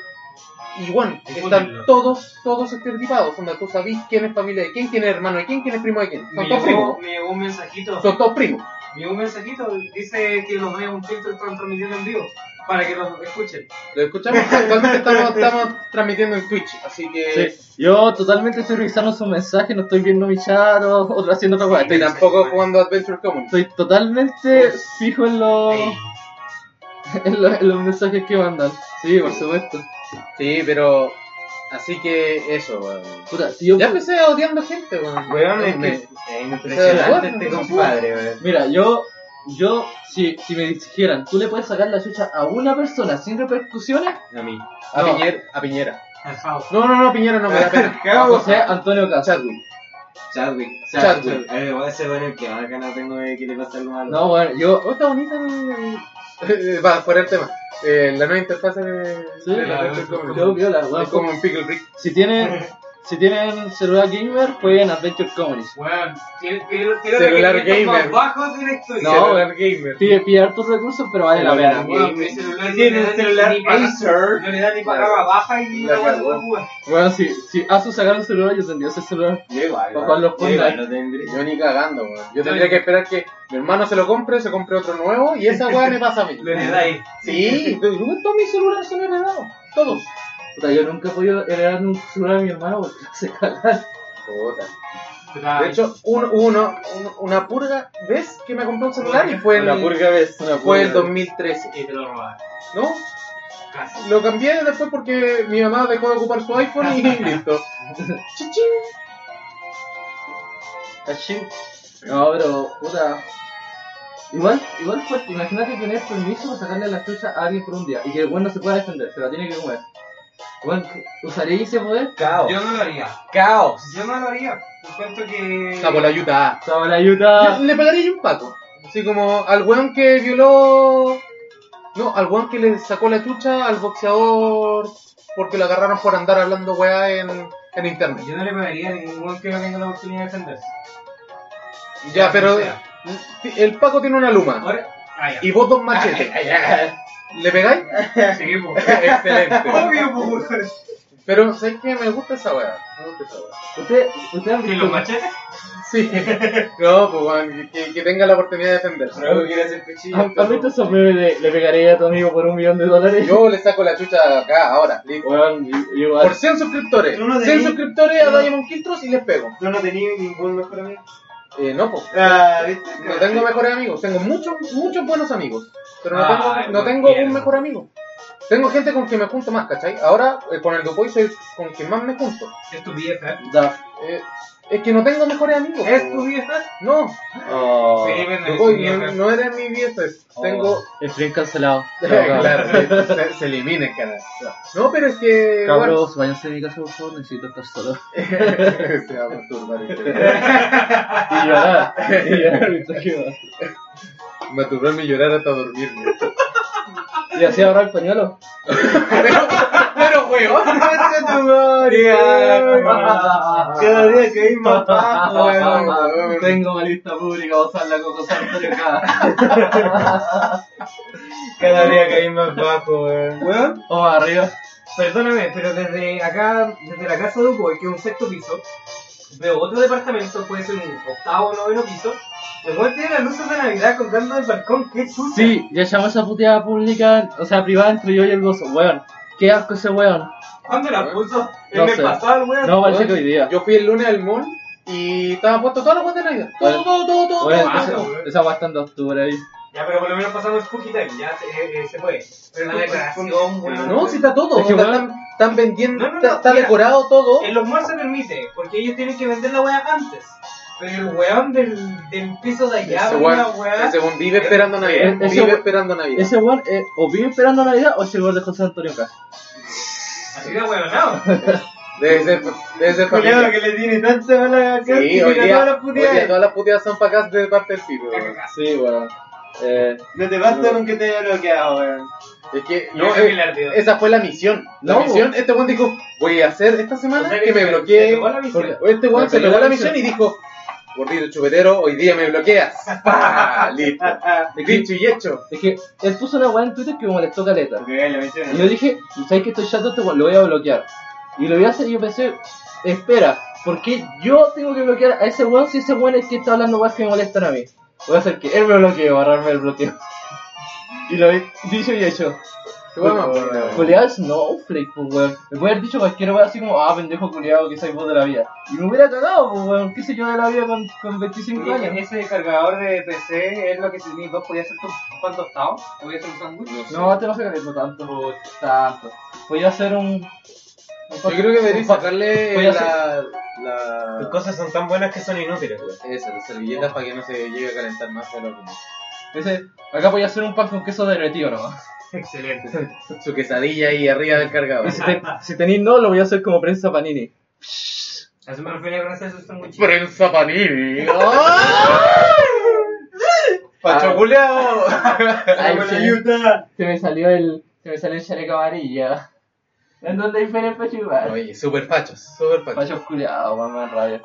Y bueno, están Disfrútenlo. todos, todos estereotipados. Onda, tú sabís quién es familia de quién, quién es hermano de quién, quién es primo de quién. Me Son todos llegó, primos. me llegó un mensajito. Son todos primos. Me llegó un mensajito. Dice que los de un filtro están transmitiendo en vivo. para que nos escuchen. ¿Lo escuchamos? Actualmente estamos, estamos transmitiendo en Twitch, así que. Sí. Yo totalmente estoy revisando sus mensajes, no estoy viendo mi chat o otro haciendo otra cosa. Y Estoy, tampoco jugando Adventure Common. estoy totalmente fijo en los, en, los, en los mensajes que mandan. Sí, por supuesto. Sí, pero. Así que eso, weón. Puta, si yo, Ya pues, empecé odiando gente, weón. Weón, es Me- que es impresionante este compadre, weón. Mira, yo, yo, si, si me dijeran, tú le puedes sacar la chucha a una persona sin repercusiones, A mí. A, No. Piñera, a Piñera. Al favor. No, no, no, Piñera no me da pena. a José Antonio Castro. Chadwick. Chadwick. A ver, ese bueno el que acá no tengo eh, de que le pase algo malo. No, bueno, yo, Oh, está bonita. el- el- Va, fuera el tema. Eh, la nueva interfaz de. Sí, de la Adventure nueva Common. yo viola, Es bueno, como un pickle brick. si tienen, si tienen celular gamer, jueguen Adventure Comedy. Bueno, tiene, tiene, tiene Celular requerimientos gamer. más bajos de una historia. No, celular gamer. Pide, pide hartos recursos, pero vale la Celular pena. gamer. Bueno, mi celular Tiene no le un da celular ni para- Acer. No le da ni para gama baja y La la weá se cagó. puede jugar. Bueno, si, si Asus sacara un celular, yo tendría ese celular. Yo igual. Papá, Yo los Honda. igual lo tendría. Yo ni cagando, weón. Yo tendría que esperar que mi hermano se lo compre, se compre otro nuevo y esa weá me pasa a mí. Lo heredáis. Sí, todos mis celulares son heredados. Todos. Puta, yo nunca he podido heredar un celular a mi hermano porque no sé cagar. Puta. De hecho, un- uno, un- una purga, ¿ves? Que me compró un celular y fue Una el, purga vez. Una fue el purga. 2013. Y te lo robaron. ¿No? Casi. Lo cambié después porque mi mamá dejó de ocupar su iPhone y listo. Chichín. Cachín. No, pero, puta. Igual, igual fuerte. Imagínate tener permiso para sacarle la chucha a alguien por un día y que el weón no se pueda defender, se la tiene que comer. Weón, ¿usaría ese poder? Caos. Yo no lo haría. Caos. Yo no lo haría. Encuentro que. Sapo la ayuda. Estaba la Yo ayuda. le pagaría yo un paco. Así como al weón que violó. No, al weón que le sacó la chucha al boxeador porque lo agarraron por andar hablando weá en, en internet. Yo no le pagaría a ningún que no tenga la oportunidad de defenderse. Ya, pero Sea. el paco tiene una luma Ahora. Ah, ya. y vos dos machetes. ¿Le pegáis? Seguimos. Excelente. Obvio, pues, weón. Pero, ¿sabes qué? Me gusta esa weá. Me gusta esa weá. Usted, usted han ¿Y visto. los machetes? Sí. No, pues weón, que, que tenga la oportunidad de defenderse. Luego quiere hacer cuchillo. ¿Han han visto esos memes de le pegaré a tu amigo por un millón de dólares? Yo le saco la chucha acá, ahora, listo. Weón, i- Por igual. 100 suscriptores. Tú no 100 tenés- suscriptores a tú no- Diamond Kiltros y les pego. ¿Tú no tenías ningún mejor amigo? Eh, no, pues. Ah, ¿viste? No tengo mejores amigos, tengo muchos, muchos buenos amigos. Pero no tengo, Ay, no muy tengo bien. un mejor amigo. Tengo gente con quien me junto más, ¿cachai? Ahora eh, con el Dupoy soy con quien más me junto. Es tu BFF. Da. Eh, es que no tengo mejores amigos. Es po. tu BFF. No, Oh. Felipe no es tu Dupoy, no, BFF. no eres mi BFF. Tengo. El stream cancelado. Oh. claro, se- se, se elimina el canal. No, pero es que. bueno, Cabros, váyanse de mi casa, por favor, necesito estar solo. se va a masturbar el canal. Y llorar. Y llorar mientras que va. Masturbarme y llorar hasta dormirme. Y así ahorrar el pañuelo. pero, weón, Concha tu madre. Cada día que hay más bajo, weón. Tengo una lista pública, voy a usar la Coco Santorio acá. Cada día que hay más bajo, weón. Weón, O más arriba. eh. perdóname, pero desde acá, desde la casa de Uruguay, que es un sexto piso, veo otro departamento, puede ser un octavo o noveno piso. El weón tiene las luces de Navidad colgando del balcón, qué chucha. Sí, ya llamó esa puteada pública, o sea, privada entre yo y el gozo. Weón, qué asco ese weón. ¿Dónde la puso? El No mes sé. pasado, el weón. No, parece que hoy día. Yo fui el lunes al mall y estaba puesto todas las cosas de Navidad. Todo, Bueno. todo, todo, todo. Weón, todo. esa- weón. esa weá está en octubre ahí. Ya, pero por lo menos pasamos Spooky Time, ya se, eh, eh, se puede. Pero la decoración, weón. No, si está todo. Es que, Onda, weón. están, están vendiendo, No, no, no, está, está mira. decorado todo. En los malls se permite, porque ellos tienen que vender la weá antes. Pero el weón del, del piso de allá, Ese weón, la weón, weá. ese weón vive esperando Navidad. Ese Vive weón- esperando Navidad. Ese weón, eh, o vive esperando Navidad o es el weón de José Antonio Casa. Así de weonado. Debe ser, debe ser Cuidado familia. que le tiene tanta mala cara. Sí, que hoy mira día, todas las hoy día puteadas. todas las puteadas son para acá de parte del pibe. weón. Sí, weón. Eh, No te basta con que te haya bloqueado, weón. Es que No, no, es eh, el ardido. esa fue la misión. La No, misión, este weón dijo, voy a hacer esta semana O Pues sea, que me se- se bloquee. tomó la misión. Porque- Este weón Me se pegó pegó la la misión y dijo, gordito chupetero, hoy día me bloqueas. Pa, Ah, Listo. Dicho y hecho. es que él puso una weá en Twitter que me molestó caleta. Porque la Y yo mencionas. dije, ¿sabes que estoy chato de este weón? Lo voy a bloquear. Y lo voy a hacer y yo pensé, espera, ¿por qué yo tengo que bloquear a ese weón si ese weón es el que está hablando weas que me molestan a mí? Voy a hacer que él me bloquee, barrarme el bloqueo. Y lo he dicho y hecho. Qué weón más buena, weón. Culeado Snowflake, pues weón. Me puede haber dicho cualquier weón así como, ah, pendejo culeado, que soy vos de la vida. Y me hubiera cagado, pues weón, qué sé yo de la vida con, con 25 Y años. Ese cargador de PC es lo que tenías vos, podías hacer tus pan tostado, podías hacer un sándwich. No, te vas a caer, no tanto, po, tanto. Voy a hacer un. un Yo creo que debería Voy a sacarle la. hacer- la... Tus cosas son tan buenas que son inútiles, weón. Eso, las servilletas para que no se llegue a calentar más el horno. Ese, acá voy a hacer un pan con queso derretido nomás. Excelente. Su quesadilla ahí arriba del cargador. Y si, te- si tenéis no, lo voy a hacer como prensa panini. A eso me refería con hacer esos sándwiches. Prensa panini. Pacho culeado. Ay, Buena sí. Se me salió el. Se me salió el chaleco amarillo. ¿En dónde hay feria para chupar? Oye, super pachos, super pachos. Pacho oscureado, mamá rabia.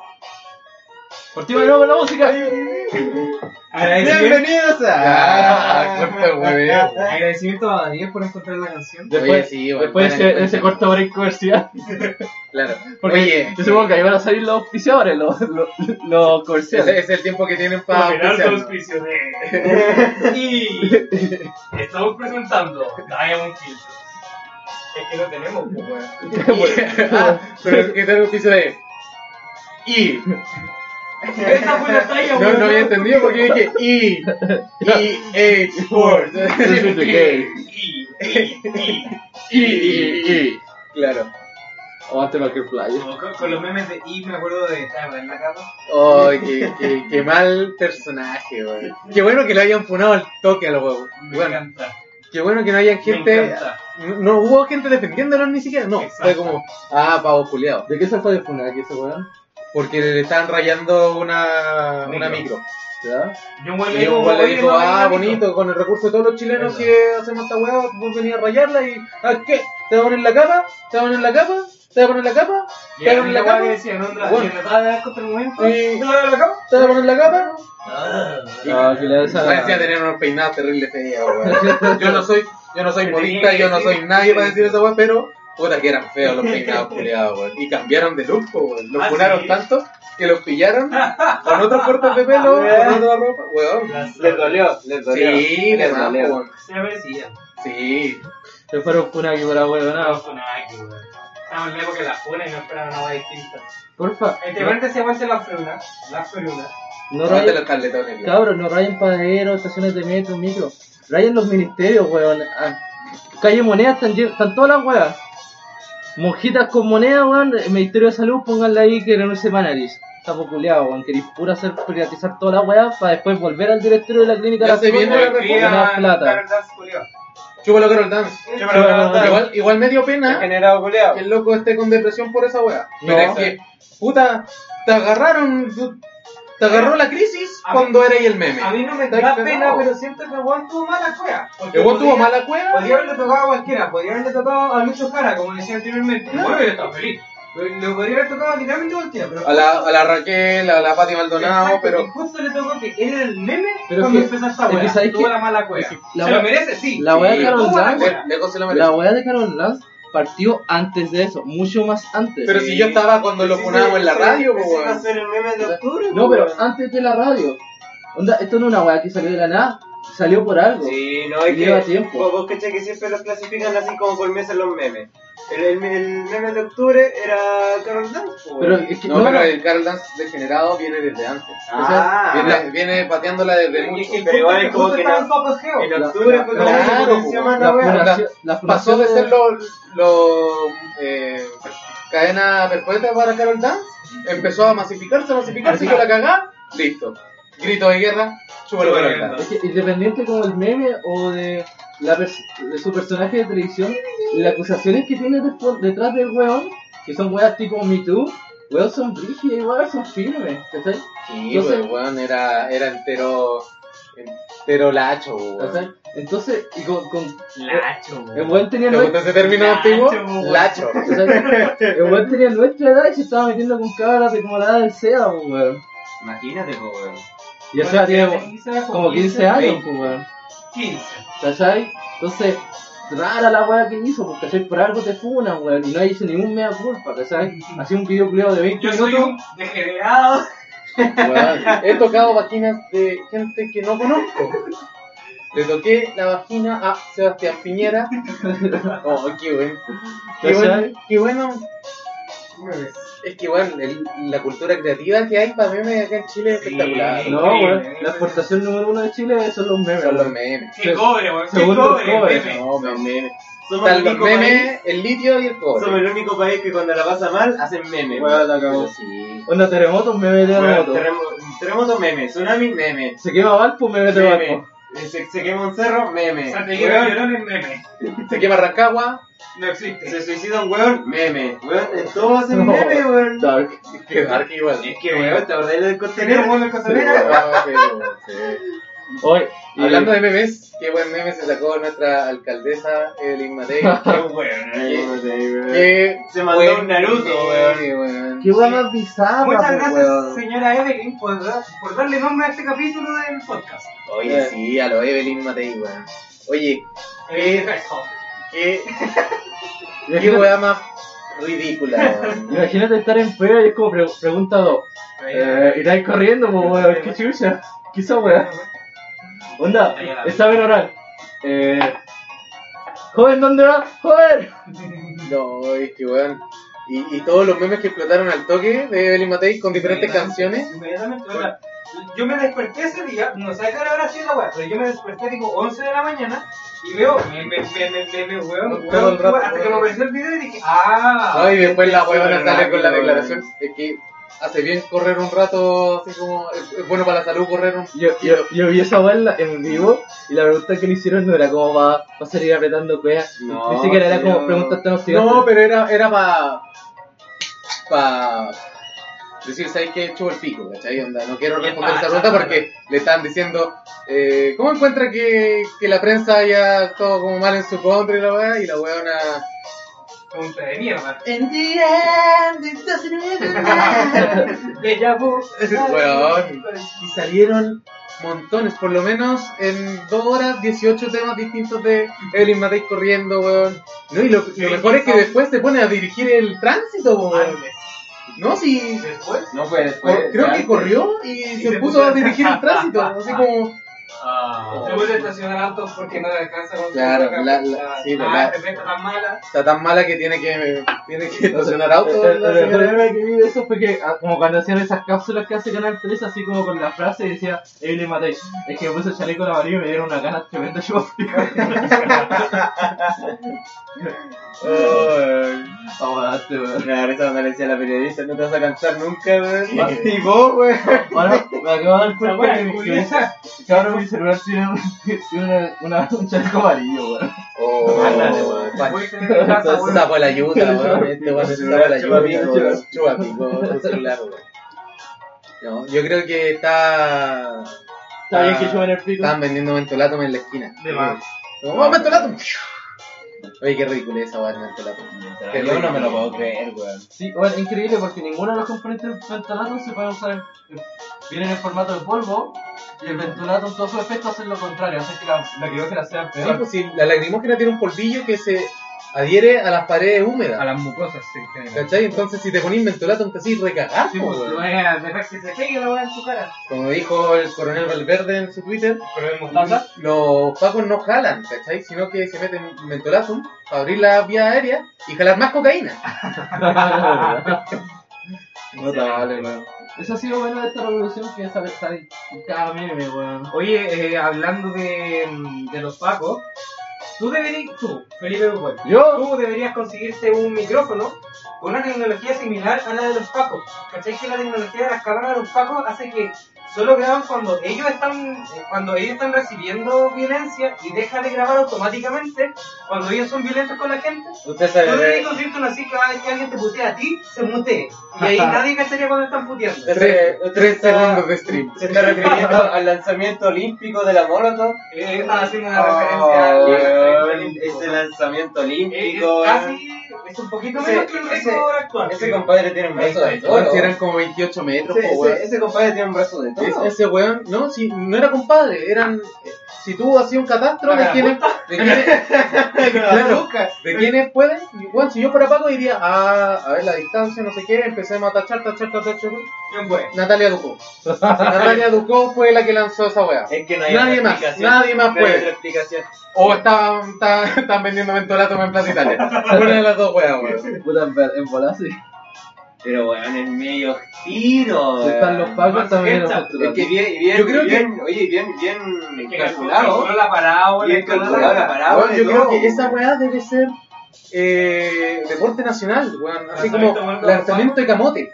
Por ti, volvemos con la música. Agradecimiento, Ah, corta hueveo. Agradecimiento a Daniel por encontrar la canción. Después, Oye, sí, bueno, después buena ese, ese encuesta. corto break comercial. Claro. Porque Oye, yo supongo que ahí van a salir los auspiciadores, los, los, los ese comerciales. es el tiempo que tienen para Y estamos presentando Diamond Kills. Es que no tenemos, pues, weón. Ah, pero es que tengo un piso de. Y. Esa fue la talla, No, weón. no había entendido porque dije I. I. H. Ford. This is the game. Y, y, y. I. I. I. Claro. O antes Marker Flyer. Como con, con los memes de y me acuerdo de Tabla en la capa. Oh, qué, qué, qué mal personaje, weón. Qué bueno que lo hayan funado al toque a los huevos. Me Bueno, encanta. qué bueno que no haya Me gente. encanta. No, no hubo gente defendiéndolos ni siquiera. No, fue Exacto. como, ah, pavo culiado. ¿De qué se fue de funeral que ese weón? Porque le estaban rayando una, una micro. Micro. ¿Ya? Yo un weón Y un güey le "Oye, dijo, no, ah, no, no, no". bonito, con el recurso de todos los chilenos Verdad. que hacemos esta hueá, vos venís a rayarla y, ah, ¿qué? ¿Te vas a poner la capa? ¿Te vas a poner la capa? ¿Te vas a poner la capa? Y ¿Te vas a era poner la la capa? que decían, onda, Bueno. yo trataba de dar contra el momento. Sí. ¿No era la capa? ¿Te vas a poner la capa? Ah, que le esa. Parecía tener unos peinados terribles feos, weón. Yo no soy, yo no soy Pero modista, tenía que yo no decir- soy nadie para decir esa weá, pero puta que eran feos los peinados culiados, weón. Y cambiaron de look, po, weón. Los Ah, funaron ¿sí? tanto que los pillaron con otros cortes de pelo, con otra ropa, weón. Les dolió, les dolió. Sí, Les le da, dolió. weón. Se parecían. Sí. Se fueron funaki por abuelo, No nada. fue pues nada aquí, weón. Estamos en la época de la funa y no esperaban nada distinta. Porfa. Este, Entre paréntesis, aguante la fruna. La fruna. No No te rayen. los carletones, weón. Cabros, no rayen paderos, estaciones de metro, micro. Rayen los ministerios, weón. Ah, calle Moneda están, llen- están todas las weas. Monjitas con moneda, weón. El Ministerio de Salud, pónganle ahí que no se manaris. Está populeado, weón. Queréis pura hacer privatizar toda la wea para después volver al directorio de la clínica Ya de la se viene Sonia la y ganar plata. Chúpalo Carol Dance. Igual, igual me dio Ha pena generado culeado. que el loco esté con depresión por esa weá. No. Pero es que, puta, te agarraron, tú- te agarró la crisis A mí- cuando eras el meme. A mí no me Estás da cagado. pena, pero siento que Juan tuvo mala cueva. El weón tuvo mala cueva. Podría haberle tocado a cualquiera, podría haberle tocado a Lucho Jara, como decía anteriormente. Claro. Bueno, hubiera estado feliz. Le podría haber tocado literalmente a cualquiera, pero. A la, a la Raquel, a la Pati Maldonado, Exacto, pero y justo le tocó que era el meme Pero cuando que- empezó esta es que weá. sabes Tuvo que- la mala cueva. es que la Se lo wea- merece, sí. la wea Sí, de Carol tuvo la Dance- cueva. le- Leco se lo merece. La wea de Carol Lanz partió antes de eso, mucho más antes. Pero si yo estaba cuando lo poníamos en la radio, po, pues. weón. el meme de octubre, No, po, pero ah, weón. antes de la radio. Onda, esto no es una weá que salió de la nada, salió por algo. Sí, no, es Lleva que tiempo. Vos, Oh, vos cachai que siempre los clasifican así como por meses los memes. El, el, el meme de octubre era Carol Dance, oh. po, Pero weón. es que No, pero el Carol Dance degenerado viene desde antes. Ah. Viene, viene pateándola desde mucho. Y- y- y Pero igual es justo como que estaba no- en su apogeo. en octubre fue como Claro, que se potenció po, más la la wea. fundación- la Pasó fundación de ser los lo, eh, cadena perpetua para Carol Dance, empezó a masificarse, a masificarse, yo la cagá, listo. Grito de guerra, chúbalo Carol Dance. Es que independiente como el meme o de, la pers- de su personaje de televisión, las acusaciones que tiene despo- detrás del weón, que son weas tipo Me Too, weón son brígidas igual, son firmes, ¿cachai? Sí, Yo sé. pues, weón, era, era entero, entero lacho, weón. ¿Cachai? Entonces, y con, con- Lacho, el weón tenía ¿Te gusta nuestra, ese término Lacho, antiguo? weón. Lacho. ¿cachai? el weón tenía nuestra edad y se estaba metiendo con cabras de como la edad del SEA, pues, weón. Imagínate, po, weón. Y el SEA tiene como 15 años, 20. pues, weón. 15. ¿Cachai? Entonces, rara la weá que hizo, porque ¿cachai? por algo te funan, weón, y no hizo ningún mea culpa, ¿cachai? Hacía un video culiado de 20 Yo soy minutos, un degenerado. He tocado vaquinas de gente que no conozco. Le toqué la vagina a Sebastián Piñera. Oh, qué bueno. Qué ¿Cachai? bueno. Qué bueno. Memes. Es que, bueno, el- la cultura creativa que hay para memes acá en Chile es espectacular. No, weón. La exportación número uno de Chile son los eh. memes. Son los weón. memes. ¡Qué cobre, weón! ¡Qué Segundo cobre! cobre, meme. No, los memes. Somos Están el, los único país, memes, el litio y el cobre. somos el único país que cuando la pasa mal hacen memes. Weón, la cagó. Sí. Onda terremoto, meme de terremoto. Terremoto. terremoto meme, tsunami meme. Se quema Valpo, meme de meme. Valpo. Eh, Se, se quema un cerro, meme. Santiago Weón, Llorón es meme. Se quema Rancagua. No existe. se suicida un weón, meme. Weón, en todo hacen No. meme, weón. Dark. Qué dark igual. Es que weón, ¿te acordás del ¿Tenía costanero? un de costanera? Ah, pero, sí. Hoy. y- Hablando de memes, qué buen meme se sacó nuestra alcaldesa Evelyn Matei. ¡Qué weón! eh. Ay, weón. Qué Se mandó buen un Naruto, meme, weón. weón. Qué weón más Ah, bizarra, pues, Muchas po, gracias, weón. señora Evelyn, por, dar- por darle nombre a este capítulo del podcast. Oye, sí, a lo Evelyn Matei, weón. Oye, Evelyn Eh. Herzog. qué, qué Imagínate- weá más ridícula, weón. Imagínate estar en pega y es como pre- pregunta dos. Eh, irás corriendo, po, weón. Qué chucha. ¿Qué esa weá? Onda, examen oral. Eh. Joven, ¿dónde va? Joven. No, es que weón. Y, y todos los memes que explotaron al toque de Evelyn Matei con diferentes canciones. Inmediatamente, o sea, yo me desperté ese día, no sé a qué hora habrá sido la weá, pero yo me desperté tipo 11 de la mañana y veo, me, me, me, me, me, me, weón, Todo el weón, rato, weón, hasta que me weón. apareció el video y dije, ah, No, y después la weona sale con la rápido, declaración de que hace bien correr un rato, así como, es, es bueno para la salud correr un Yo, yo, yo vi esa weá en, la- en vivo y la pregunta que le hicieron no era como va a salir apretando cuevas. No, Ni siquiera era sí, como no. preguntas tan hostigantes. No, pero era, era para. para. decir, ¿sabes qué? Chupo el pico, ¿cachai? Onda, no quiero responder esa pregunta porque le estaban diciendo, eh, ¿cómo encuentra que, que la prensa haya actuado como mal en su contra y la weá? Y la weona. pregunta de mierda. En the end, it doesn't even matter. Bella vu. Weón. Y salieron montones, por lo menos en 2 horas 18 temas distintos de Evelyn Matei corriendo, weón. No, Ah, y lo, lo mejor es que después se pone a dirigir el tránsito, weón. No, si. Y después, No fue Cor- después. Oh, creo ya. que corrió y, se, se puso puso- a dirigir el tránsito, así como... se vuelve a estacionar autos porque no le alcanza con su Claro, placa. la- la- sí, la- Ah, perfecto, tan mala. Está tan mala que tiene que, tiene que estacionar El, auto. el- la el mejor señora. meme que vi de eso fue que, ah, como cuando hacían esas cápsulas que hace Canal 3, así como con la frase, decía, Evelyn Matei, es que me puse el chaleco amarillo y me dieron una ganas tremenda yo. Vamos a darte, weón. Me da risa cuando le decía a la periodista, no te vas a cansar nunca, weón. Sí. Y vos, weón. Ahora, me acabo de dar La cuenta weá que mi, que mi- curiosa. cabrón, mi celular tiene, un- tiene una, una- un chaleco amarillo, weón. Oh, Ándale, pa- Voy a tener que casa, weón. Sapo la ayuda, weón. Este weón es sapo la Chupa ayuda, pico, weón. Chupa pico, su celular, weón. No, yo creo que está... Está bien que yo en el pico. Estaban vendiendo mentolatum en la esquina. De más. ¡Oh, mentolatum! Oye, qué ridículo esa weón, mentolatum. Qué Yo ridículo. no me lo puedo creer, weón. Sí, bueno, increíble porque ninguno de los componentes del Ventolatum se puede usar. en- Vienen en formato de polvo y el Ventolatum, todo su efecto, hacen lo contrario, hace que la, la criogena sea Sí, peor. pues sí, la lacrimógena tiene un polvillo que se adhiere a las paredes húmedas. A las mucosas en general. ¿Cachai? Entonces, si te ponís mentolatum, te hacís recagar. Sí, po, pues, lo weón. voy a dejar que se pegue la weá en su cara. Como dijo el coronel Valverde en su Twitter, Pero es mostaza. los pacos no jalan, ¿cachai? Sino que se meten mentolatum para abrir la vía aérea y jalar más cocaína. No te vale, weón. Eso ha sido bueno de esta revolución que ya sabes, está en cada meme, weón. Oye, eh, hablando de, mm, de los pacos, tú deberías, tú, Felipe Bubuel, Yo, tú deberías conseguirte un micrófono con una tecnología similar a la de los pacos. ¿Cachai que la tecnología de las cámaras de los pacos hace que solo graban cuando ellos están eh, cuando ellos están recibiendo violencia y deja de grabar automáticamente cuando ellos son violentos con la gente? Usted Tú sabe, deberías conseguirte una así cada vez que alguien te putea a ti, se mutee. Y ahí nadie cacharía cuando están puteando. Ese- Tres, ese tres está- segundos de stream. se está refiriendo al lanzamiento olímpico de la Molotov. Ah, Eh, estaba haciendo una Oh, referencia al- weón, al- ese lanzamiento Es olímpico, weón. casi es un poquito Ese- menos que el ese- récord actual. Ese compadre tiene un brazo de Bueno, toro. si eran como 28 metros, Ese- po, weón. ese, ese compadre tiene un brazo de Es- toro. ese weón, no, si no era compadre, eran. eh, Si tú hacías un catastro de Ah, quienes. De quienes, claro, de quienes pueden. y, Weón, si yo fuera Paco diría, ah, a ver la distancia, no sé qué, empecemos a tachar, tachar, tachar, tachar. ¿Quién fue? Natalia Ducó. Natalia Ducó fue la que lanzó esa weá. Es que no Nadie otra más, explicación. nadie más No hay puede. otra explicación. O estaban, estaban, estaban vendiendo mentolato en Plaza Italia. Una de las dos weas, weón. Puta, en, en bola, sí. Pero weón, es medio tiro. Están los pagos pagos también en los Marqueta. Es que facturados. bien, bien, Yo creo que- bien, oye, bien, bien calculado. la parábola. Bien calculó calculado la parábola. Weón, y Ah, yo creo todo, que esa weón. weá debe ser eh, deporte nacional, weón. Así como Lanzamiento muerto lanzamiento de camote.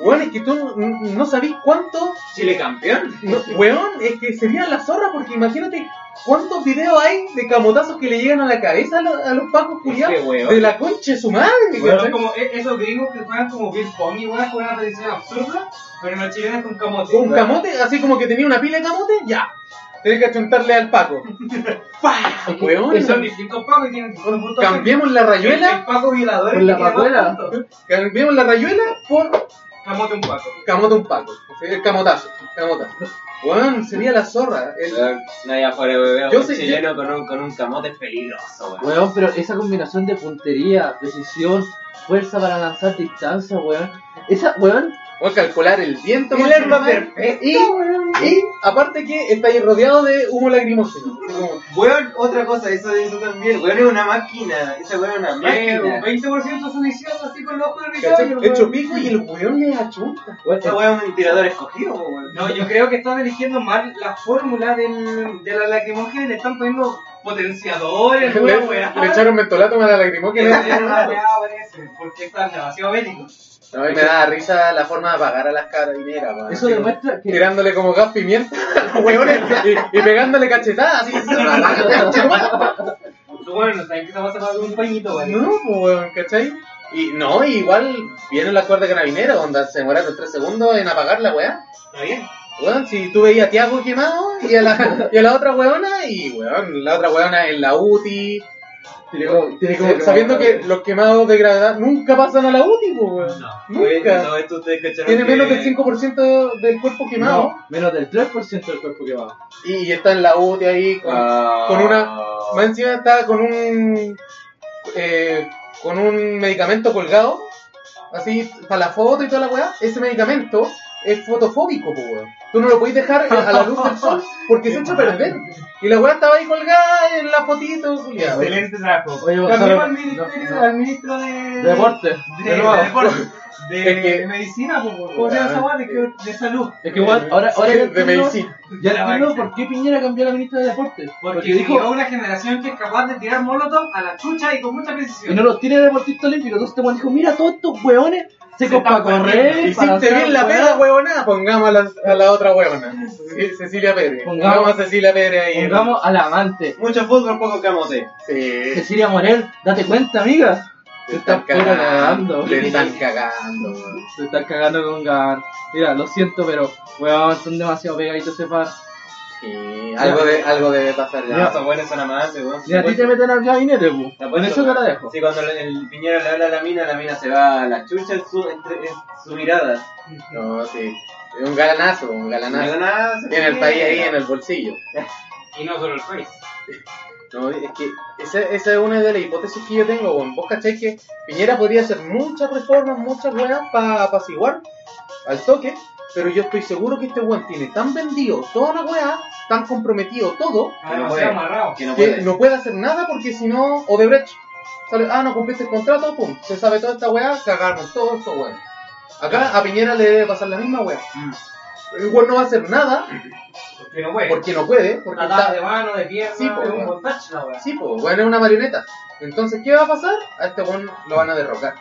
Weón, es que tú n- no sabís cuánto. Chile campeón. no, weón, es que serían la zorra porque imagínate cuántos videos hay de camotazos que le llegan a la cabeza a, lo- a los pacos culiados. que weón. de la concha de su madre, Bueno, ¿cachai? como e- esos gringos que juegan como Bill Pong y weón, con una tradición absurda, pero los chilenos con camote. Con camote, así como que tenía una pila de camote, ya. Tenés que achuntarle al paco. ¡Pah! Weón, Y son distintos pacos y tienen distintos puntos. cambiemos la El rayuela, paco violador. Por que la tiene dos pacuela. puntos. cambiemos la rayuela por Camote un paco. camote un paco. ¿sí? El camotazo, el camotazo. Weón, sería la zorra. el- Weón, No hay afuera, weón. Yo Un sé- chileno con un, con un camote es peligroso, weón. Weón, pero esa combinación de puntería, precisión, fuerza para lanzar distancia, weón. Esa, weón, Voy a calcular el viento. El más arma que normal. perfecta, Y, y aparte que está ahí rodeado de humo lacrimógeno. así como- Weón, otra cosa, eso, eso también. Weón es una máquina. Esa weón es una Eh, un máquina. 20% su visión así con los ojos de ¿cachai? Ricardo. Hecho pico y el weón le achunta. weón, Esa weón es un tirador escogido, weón. No, yo creo que están eligiendo mal la fórmula del, de la lacrimógena y le están poniendo potenciadores, Le, weón, weón. le echaron mentolato a la lacrimógena. Es una weá, parece, porque están demasiado bélicos. A mí me da risa la forma de apagar a las carabineras, weón. eso Así como demuestra que. Tirándole como gas pimienta a los huevones y, y pegándole cachetadas. Así, Bueno, no saben que se va a hacer un pañito, ¿vale? no, pues, weón, ¿cachai? Y no, y igual vieron la cuerda carabinera, donde se demoraron 3 segundos en apagar la weá. Está bien. Weón, si tú veías a Tiago quemado y a, la, y a la otra weona, y weón, la otra weona en la UTI. Tiene como- tiene como eh, sabiendo que los quemados de gravedad nunca pasan a la UTI, pues, weón. No. Weón, Nunca. todo esto ustedes cacharon Tiene que- menos del 5% del cuerpo quemado. No, menos del 3% del cuerpo que va. Y, y está en la UTI ahí con, Ah. con una. Más encima está con un. eh, con un medicamento colgado. Así, para la foto y toda la weá. Ese medicamento es fotofóbico, po, weón. Tú no lo podés dejar eh, a la luz del sol porque se echa a perder. Y la weá estaba ahí colgada en la fotito, culiado. Excelente trabajo. Oye, Cambiemos Gonzalo, al ministerio, no, no. al ministro de... Deporte. De, de nuevo. de deporte. De, Es que- de medicina, pues, ¿cómo se llama esa weá? De, que- de salud. Es que, weón, ahora, ahora ya de entiendo- medicina. Ya La entiendo vaina. por qué Piñera cambió a la ministra de Deportes. Porque llegó una generación que es capaz de tirar molotov a la chucha y con mucha Y precisión. no los tiene el deportista olímpico. Entonces te dijo, mira, todos estos weones se, Se copa están perdiendo. correr. Hiciste bien la pera, huevona. Pongamos a la, a la otra huevona. Ce- Cecilia Pérez. Pongamos- Pongamos a Cecilia Pérez ahí. en- Pongamos al amante. Mucho fútbol, poco camote. Sí. Cecilia Morel, date cuenta, amiga. Se están cagando. Le están cagando, weón. Se están cagando con Gan. Mira, lo siento, pero weón, son demasiado pegaditos ese par. Sí, algo, de, algo debe pasar No, ya. esos weones son amantes, weón. Y a ti te meten al gabinete, pu. Con eso te la dejo. Sí, cuando le- el piñero le habla a la mina, la mina se va a la chucha en su, entre- en su mirada. No, sí. Es un galanazo, un No galanazo. nada, se Tiene el país ahí en mira. el bolsillo. Y no solo el país. No, es que esa, esa es una de las hipótesis que yo tengo, weón. Vos cacháis que Piñera podría hacer muchas reformas, muchas weas para apaciguar al toque, pero yo estoy seguro que este weón tiene tan vendido toda la wea, tan comprometido todo, Está demasiado puede. amarrado. Que no que puede. no puede hacer nada porque si no, Odebrecht sale, ah, no cumpliste el contrato, pum, se sabe toda esta weá, cagaron todos estos weones. Acá a Piñera le debe pasar la misma weá. Mm. El weón no va a hacer nada Porque no puede. porque no puede, porque Atadas de está... mano, de pierna, Sí, sí, po, es un weón. montaje la weá. Sí, pues, weón es una marioneta. Entonces, ¿qué va a pasar? A este weón lo van a derrocar.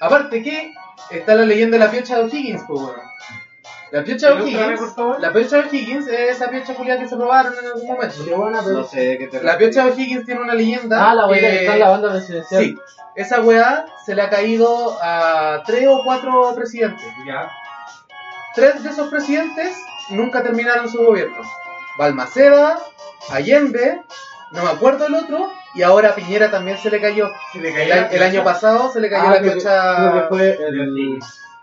Aparte que está la leyenda de la piocha de O'Higgins, pues, weón. La piocha de ¿Y nunca me O'Higgins... gustó? La piocha de O'Higgins es esa piocha culiada que se robaron en algún momento. No sé de qué te La piocha de O'Higgins tiene una leyenda... Ah, la weá que- que está en la banda presidencial. Ah, Sí, esa weá se le ha caído a tres o cuatro presidentes. Ya. Tres de esos presidentes nunca terminaron su gobierno. Balmaceda, Allende, no me acuerdo el otro, y ahora a Piñera también se le cayó. Se le El, a- el año pasado se le cayó Ah, la creo que- clocha, creo que creo. fue el,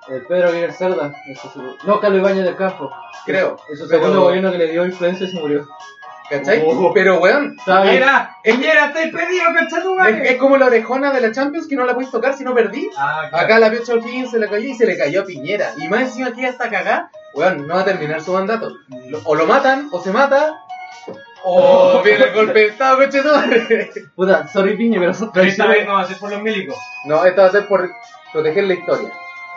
el Pedro Aguirre Cerda. este su- No, Carlos Ibañez del Campo. En su Pero- segundo gobierno que le dio influencia y se murió. ¿Cachai? Oh. Pero weón, Estaba bien. Mira, Piñera, estáis pedido, es, conchetumare. es como la orejona de la Champions que no la puedes tocar si no perdí. Ah, Acá la vio Chorquín, se le cayó y se le cayó a Piñera. Y más encima aquí hasta cagar, weón, no va a terminar su mandato. Lo- o lo matan, o se mata, Oh. o viene el golpe de estado, coche Puta, sorry Piñe, pero son Pero esta vez traiciones. no va a ser por los milicos. No, esto va a ser por proteger la historia.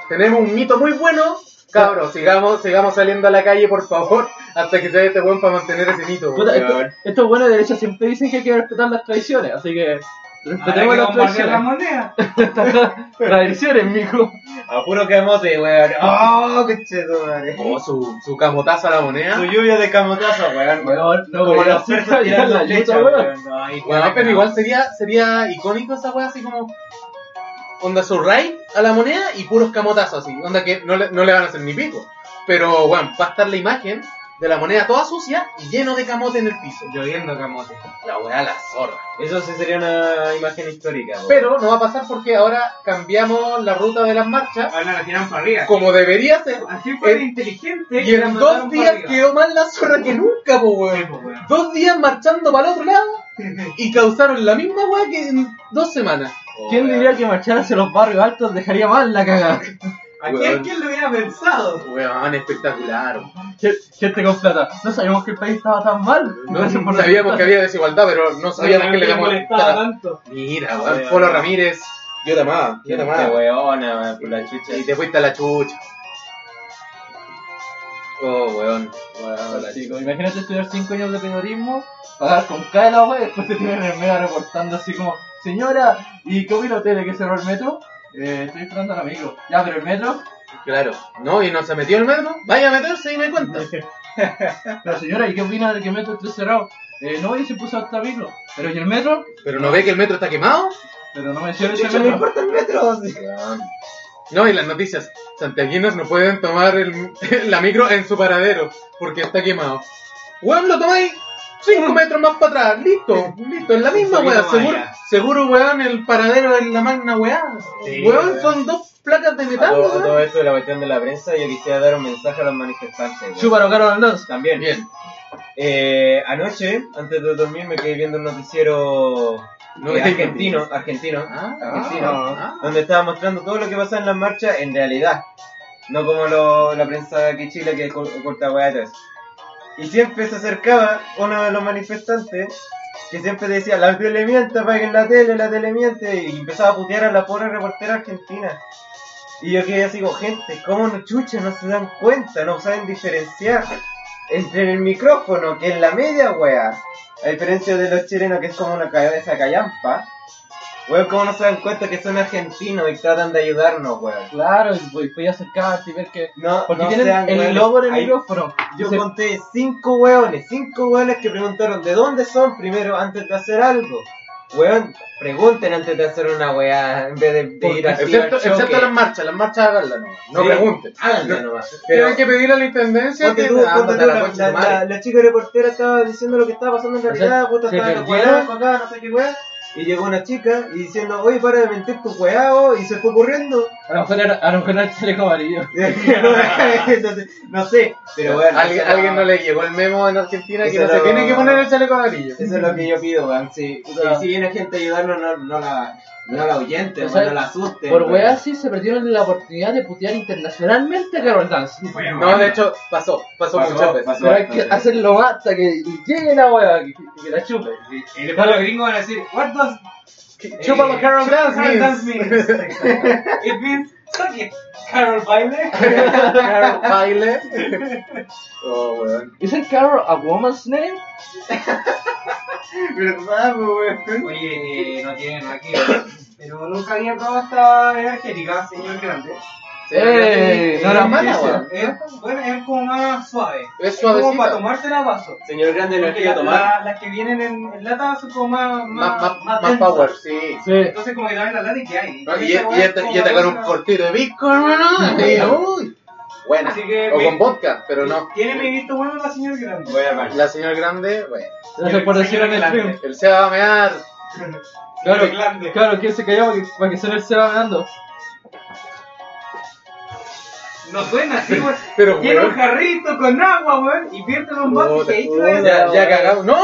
Tenemos un mito muy bueno. Cabros, sigamos, sigamos saliendo a la calle, por favor, hasta que sea este buen para mantener ese mito. weón. Puta, esto- estos buenos de derecha siempre dicen que hay que respetar las tradiciones, así que respetemos las bombardear las tradiciones. monedas. Tradiciones, mijo. A puro camote, weón. Oh, conchetumare. Oh, su, su camotazo a la moneda. Su lluvia de camotazo, weón. Weón, no, Como weón, los así persas está, ya tirando la flecha, chucha, weón. weón. Ay, qué Ah, Bueno, bacán. pero igual sería, sería icónico esa wea así como onda su raid a la moneda y puros camotazos así, onda que no le, no le van a hacer ni pico. Pero bueno, va a estar la imagen de la moneda toda sucia y lleno de camote en el piso. Lloviendo camote. La weá la zorra. Eso sí sería una imagen histórica, Oh. weón. Pero no va a pasar porque ahora cambiamos la ruta de las marchas Ahora la tiran para arriba. como debería ser. Así fue En- de inteligente. Y que la en dos mandaron pa' días arriba. quedó más la zorra que nunca, po Sí, weón. pues, weón. Dos días marchando para el otro lado y causaron la misma weá que en dos semanas. Oh, ¿Quién weón. diría que marchar hacia los barrios altos dejaría mal la cagada? ¿A Weón. quién, quién lo hubiera pensado? Weón, espectacular. Gen- Gente con plata. No sabíamos que el país estaba tan mal. No Gracias por la sabíamos plata. que había desigualdad, pero no sabíamos que le Weón, molestaba molestaba. tanto. Mira, weón, weón, Polo weón. Ramírez. Yo te amaba, yo te Qué amaba. weona, weón, por la chucha. Y te fuiste a la chucha. Oh, weón. Weón, chico, Imagínate estudiar 5 años de periodismo, pagar con cada la wea y después te tienen en el mega reportando así como, señora, ¿y qué opina usted de que cerró el metro? Eh, estoy esperando al amigo. Ya, pero el metro, Claro. No, y no se metió el metro. Vaya a meterse y me cuenta. pero señora, ¿y qué opina de que el metro esté cerrado? Eh, no, y se puso hasta micro. Pero ¿y el metro? Pero no ve que el metro está quemado. Pero no menciona ese hecho, no metro. importa el metro. sí. No, y las noticias. Santiaguinos no pueden tomar el- la micro en su paradero porque está quemado. Weón, lo tomáis 5 metros más para atrás. Listo, listo. Es la misma poquito weá. más Seguro, allá. seguro, weón, el paradero es la magna weá. Sí, weón, weón. son dos placas de A metal. todo, a weón. todo esto de la cuestión de la prensa, yo quisiera dar un mensaje a los manifestantes. weón. Chúpalo, Carol Aldaz. También. Bien. Eh, anoche, antes de dormir, me quedé viendo un noticiero No, eh, es argentino, argentino, Ah, argentino, ah. donde estaba mostrando todo lo que pasa en las marchas en realidad, no como lo- la prensa aquí en Chile que co- corta hueá atrás. Y siempre se acercaba uno de los manifestantes que siempre decía, la tele miente, apaguen la tele, la tele miente, y empezaba a putear a la pobre reportera argentina. Y yo quedé así como, gente, ¿cómo no chucha? No se dan cuenta, no saben diferenciar entre el micrófono, que es la media wea, a diferencia de los chilenos que es como una cabeza callampa. Weón, ¿cómo no se dan cuenta que son argentinos y tratan de ayudarnos, weón? Claro, y voy- voy a acercarte y ver que... No, Porque no tienen sean el weones. logo en el Ahí- micrófono. Yo Dice, conté cinco weones, cinco weones que preguntaron de dónde son primero antes de hacer algo. Weón, pregunten antes de hacer una weá en vez de, de ir así Excepto, al choque. excepto las marchas, las marchas háganlas nomás. No Sí. pregunten. Háganlo No. nomás. Tienen que pedir a la intendencia Ponte que tú, Ah, ponte ándate tú, a la la, concha de la, tu madre. la chica reportera estaba diciendo lo que estaba pasando en realidad, puta, se estaban los perdieron. weones acá, no sé qué weá. Y llegó una chica y diciendo, oye, para de mentir tu weá, oh", y se fue corriendo. A lo mejor era, a lo mejor era el chaleco amarillo. Entonces, no sé, pero bueno. Alguien, eso- alguien no le llegó el memo en Argentina que Eso no se no- tiene que poner el chaleco amarillo. Eso es lo que yo pido, weón. Si, O sea, si- si viene gente a ayudarnos, no, no la, no la ahuyenten, O sea, weón, no la asusten. Por weón. weas sí se perdieron la oportunidad de putear internacionalmente a Carol Dance. Weón. No, de hecho, pasó, pasó, Pasó, muchas veces. pasó. Pero hay que hacerlo hasta que llegue la wea, que, que la chupe. Y después los gringos van a decir, what does Eh, Chupa los Carol Dance, Carol means. dance means? It means, suck it, Carol Baile. Carol baile. Oh, weón. ¿Es Carol a woman's name? Verdad, weón. Oye, eh, no tienen aquí, ¿verdad? pero nunca había probado esta energética, señor grande. Eh, no era es mala, noticia. weón. Es, bueno, es como más suave. Es Como para suavecita. tomarte la vaso. Señor Grande, lo Porque quiero la- tomar. la- las que vienen en, en lata son como más, Más, más, más, más densas. power, sí. Sí. Entonces como que también la lata y este, que hay. Y, y, y, esta- y atacar un cortito de pisco, hermano. y, uy, buena. Así que o me- con vodka, pero no. Tiene mi visto bueno la señora grande. Voy a parar. La señora grande, bueno. Gracias por decirlo en el stream. El Seba va a mear. Claro, Grande. claro, ¿quién se cayó para que, para que solo él se va ganando? No suena así, weón. Pero, Tiene un weón. jarrito con agua, weón. Y pierden un vaso y ahí Puta, chueca. Ya, ya cagamos. ¡No!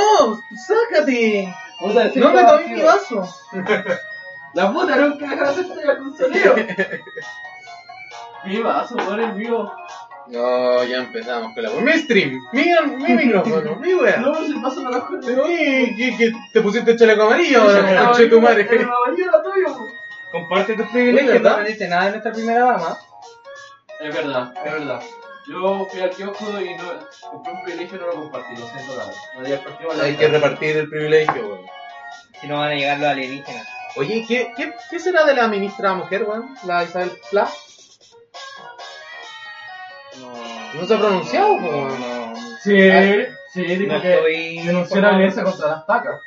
¡Sácate! Puta, el ¡No me cerco tomé vacío. mi vaso! La puta nunca dejaron de estar con sonido. Mi vaso, por el vivo. No, ya empezamos con la Mi stream, mi, mi micrófono, mi wea. No, si el vaso no lo coge. Pero, ¿y qué- qué? te pusiste chaleco amarillo ahora, conche tu madre. Pero la mañana tuyo. Comparte tus Oye, privilegios. ¿verdad? No me dice nada de nuestra primera dama. Es verdad, es verdad. Yo fui al kiosco y no compré un privilegio y no lo compartí, lo siento la verdad. No di el partido a la Hay que repartir el privilegio, weón. Si no van a llegar los alienígenas. Oye, ¿qué, qué, ¿qué será de la ministra mujer, weón? La Isabel Pla. No se ha pronunciado, weón. Sí, Ah, sí, dijo No que estoy. denunció la violencia contra las pacas.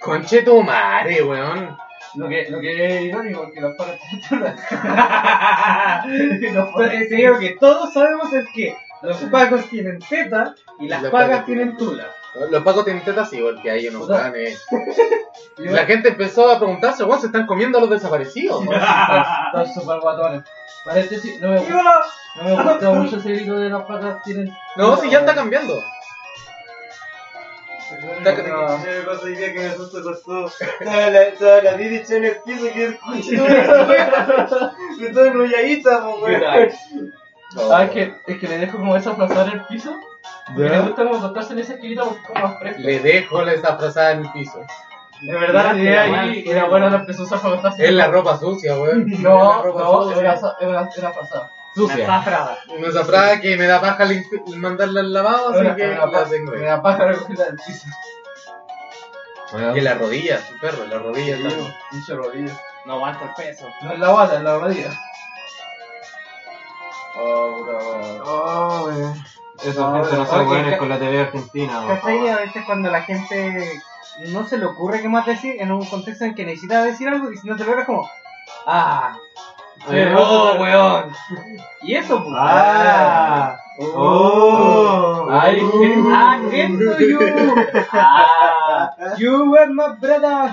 Conche tu madre, weón. Lo que, lo que es irónico, porque las pacas están No puede ser. Lo que todos sabemos es que los pagos tienen teta y las Los pagas pacos tienen tula. Los pacos tienen tetas, sí, porque hay unos O sea, planes. La gente empezó a preguntarse, weón, se están comiendo a los desaparecidos. weón. Están súper guatones. Paréntesis, no me gusta. No me gusta mucho ese grito de las patas tienen. No, si ya está cambiando. No. Se me pasa hoy día que me asusto con todo. Toda la, toda la bibicha en el piso que escucho. Me estoy enrolladita, po, weón. Ah, es que, es que le dejo como esa frazada en el piso. Porque le gusta como acostarse en esa esquinita porque es como más fresco. Le dejo la desafrazada en el piso. De verdad, la idea la ahí era buena la empezó a usar para acostarse. Es la ropa sucia, weón. Es la No, ropa no, sucia. era, esa- era, era frazada. sucia. Una zafrada que me da paja limpi- mandarla al lavado, así Era- que era la pa- tengo. ahí. Era paja recogida del piso. Y en la rodilla, su perro, en la rodilla. también. Pinche rodilla. No aguanto el peso. No en la guata, en la rodilla. Oh, puta weón. Oh, weón. Esos No, gente no weón. son Oye, weones ca- con la TV argentina, weón. ¿Cachai? A veces cuando la gente no se le ocurre qué más decir en un contexto en que necesita decir algo y si no te logras como ¡Ah! Pero- ¡Oh, weón! Y eso, pues. Ah, oh, Ay, qué- ¡Ah, siento you! ¡Ah! ¡You were my brother!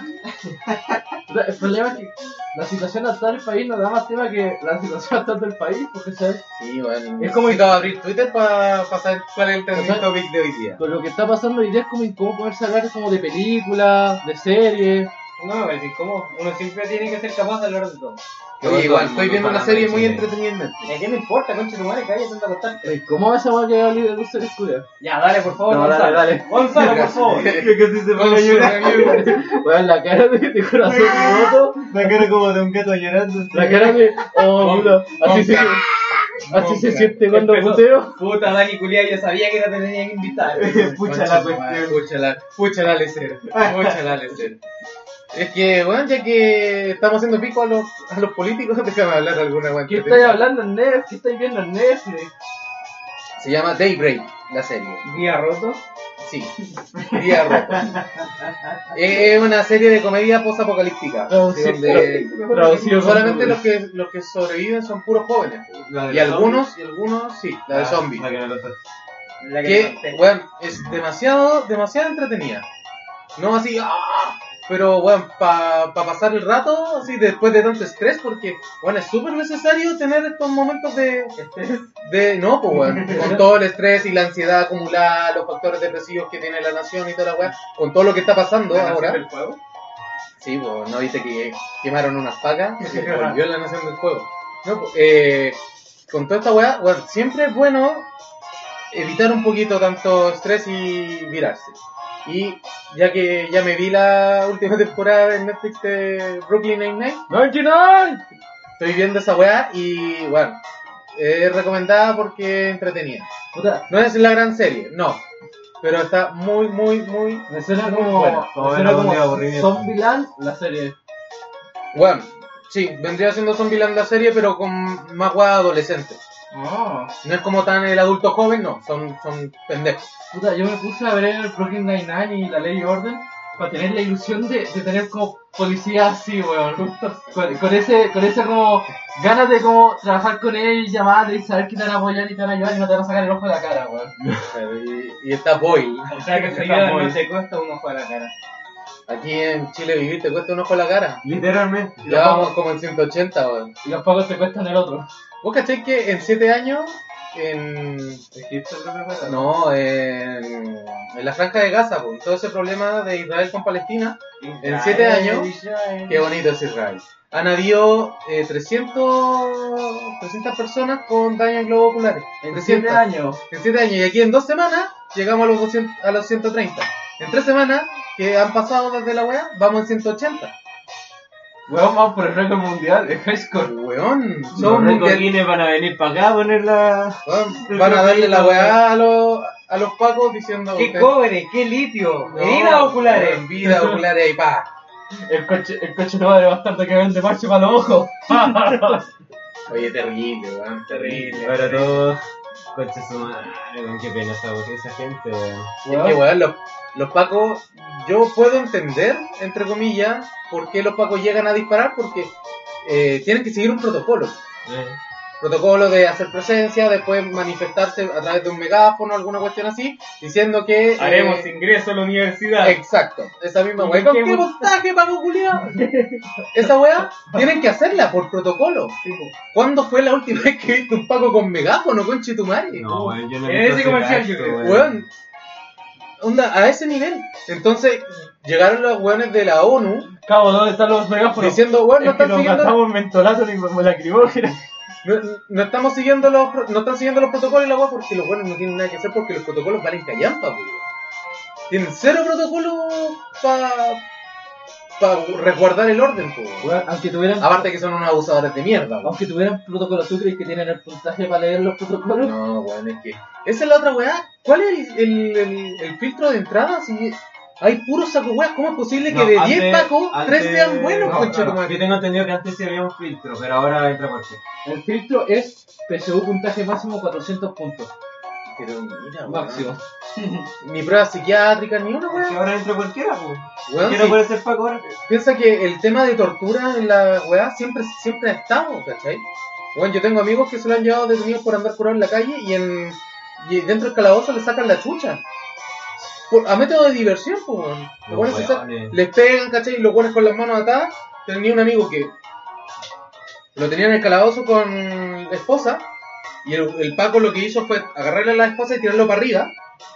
El problema es que la situación actual del país no da más tema que la situación actual del país, porque ¿sabes? Sí, weón. Es como- necesitaba abrir Twitter para saber cuál es el trending O sea- topic de hoy día. con lo que está pasando hoy día es como incómodo poderse hablar como de películas, de series. No me parece incómodo. Uno siempre tiene que ser capaz de hablar de todo. Oye, igual, estoy viendo una serie muy entretenida en Netflix. ¿A quién le importa, concha tu madre, que vaya tanto a contarte? Ey, ¿Cómo esa va a quedar libre de ser oscura? Ya, dale, por favor, No, Gonzalo. dale, dale. Gonzalo, por favor. Que casi se pone a llorar. Bueno, la cara de, de corazón roto, La cara como de un gato llorando. la cara de. Oh, puta, así se, así se siente cuando Empezó. puteo. Puta, Dani Culia, yo sabía que no te tenía que invitar. Pucha la cuestión. Púchala, púchala lecer, púchala lecer. Es que, weón, ya que estamos haciendo pico a los, a los políticos, déjame hablar alguna, weón. ¿Qué estáis hablando en Netflix? ¿Qué estáis viendo en Netflix? Se llama Daybreak, la serie. Mira, roto. Sí, Día Roto. Eh, es una serie de comedia post-apocalíptica. Oh, Traducido. donde Traducido. solamente los que, los que sobreviven son puros jóvenes. Y algunos, y algunos, sí, la de zombies. Ah, La que no lo está. La que te Que, conté. weón, es demasiado, demasiado entretenida. No así, ¡ah! Pero, weón, para pasar el rato, así, después de tanto estrés, porque, weón, es súper necesario tener estos momentos de... este, de no, pues, weón, con todo el estrés y la ansiedad acumulada, los factores depresivos que tiene la nación y toda la weón, con todo lo que está pasando ahora. ¿El fuego? Sí, pues, ¿no viste que quemaron unas pacas? Se volvió la nación del fuego. No, pues, eh, con toda esta weá, weá, siempre es bueno evitar un poquito tanto estrés y virarse. Y ya que ya me vi la última temporada en Netflix de Brooklyn Nine-Nine, ¡99! estoy viendo esa weá y, bueno, es recomendada porque es entretenida. Puta, No es la gran serie, no. Pero está muy, muy, muy... me suena Muy como. buena. me Bueno, suena como de aburrimiento. Zombieland, la serie. Bueno, sí, vendría siendo Zombieland la serie, pero con más weá adolescente. Oh. No es como tan el adulto joven, no, son, son pendejos. Puta, yo me puse a ver el Brooklyn Nine-Nine y la ley y orden para tener la ilusión de, de tener como policía así, weón. Con, con ese, con ese como ganas de como trabajar con él y llamar y saber que te van a apoyar y te van a ayudar y no te van a sacar el ojo de la cara, weón. Y, y está Boyle. O sea que Está enseguida muy- no te cuesta un ojo a la cara. Aquí en Chile vivir te cuesta un ojo la cara. Literalmente. Ya vamos como en 180, weón. Y los pagos te cuestan el otro. ¿Vos cachés que en 7 años en. Egipto creo que fue. ¿no? No, en, en la franja de Gaza, con todo ese problema de Israel con Palestina, en 7 años, qué bonito es Israel. Han habido eh, 300, 300 personas con daño en globos oculares. En 300. 7 años. En 7 años, y aquí en 2 semanas llegamos a los, 200 a los 130. En 3 semanas, que han pasado desde la weá, vamos en 180. Weón, vamos por el récord mundial de high score. Weón, Los son mundial- recoquines van a venir para acá a poner la. Weón, Van a darle la weá a los, a los pacos diciendo. ¡Qué ustedes- cobre! ¡Qué litio! No, ¡Heridas oculares! En vida oculares y pa. El coche, el coche no va de bastardo que vende marcha para los ojos. Oye, terrible, weón, terrible. Ahora todos. Coche su madre, weón, qué pena esa, esa gente, weón. Es que, weón, los, los pacos, yo puedo entender, entre comillas, por qué los pacos llegan a disparar, porque eh, tienen que seguir un protocolo. Eh. Protocolo de hacer presencia, después manifestarse a través de un megáfono, alguna cuestión así, diciendo que. eh, Haremos ingreso a la universidad. Exacto, esa misma weá. ¿Con qué montaje, paco culiao? Esa weá tienen que hacerla por protocolo. ¿Cuándo fue la última vez que viste un paco con megáfono, conche tu madre? No, weón, yo no En he ese visto comercial, gasto, yo creo. Weón. Onda, a ese nivel. Entonces, llegaron los weones de la ONU Cabo, ¿dónde están los megáfonos? diciendo, weón, no es que están nos siguiendo. gastamos mentolato ni con lacrimógena. No, no estamos siguiendo los pro- no están siguiendo los protocolos y la weá porque los weones no tienen nada que hacer porque los protocolos valen callampa, pues, weón. Tienen cero protocolos para pa resguardar el orden, pues. weón. Weón, aunque tuvieran, Aparte que son unos abusadores de mierda, weón. aunque tuvieran protocolo, ¿tú crees que tienen el puntaje para leer los protocolos? No, weón, es que. Esa es la otra weá. ¿Cuál es el, el- el- el filtro de entrada? Si hay puros saco weas, ¿cómo es posible que No, de antes- 10 pacos, 3 antes- sean buenos, no, concha claro, tu madre? Yo tengo entendido que antes sí había un filtro, pero ahora entra por qué. El filtro es PSU puntaje máximo 400 puntos. Pero mira, weón. Máximo. Ni pruebas psiquiátricas, ni una Que weá. ahora entra cualquiera, pues. Ah, Weón, Quiero sí. poder ser Paco ahora. Piensa que el tema de tortura en la weá siempre, siempre ha estado, ¿cachai? Weón, yo tengo amigos que se lo han llevado detenidos por andar curado en la calle y en y dentro del calabozo le sacan la chucha. Por- a método de diversión, pues, weón. Los Los weones se sacan- weones. les pegan, ¿cachai? Y los pones con las manos atadas. Tenía un amigo que lo tenía en el calabozo con la esposa. Y el, el Paco lo que hizo fue agarrarle a la esposa y tirarlo para arriba.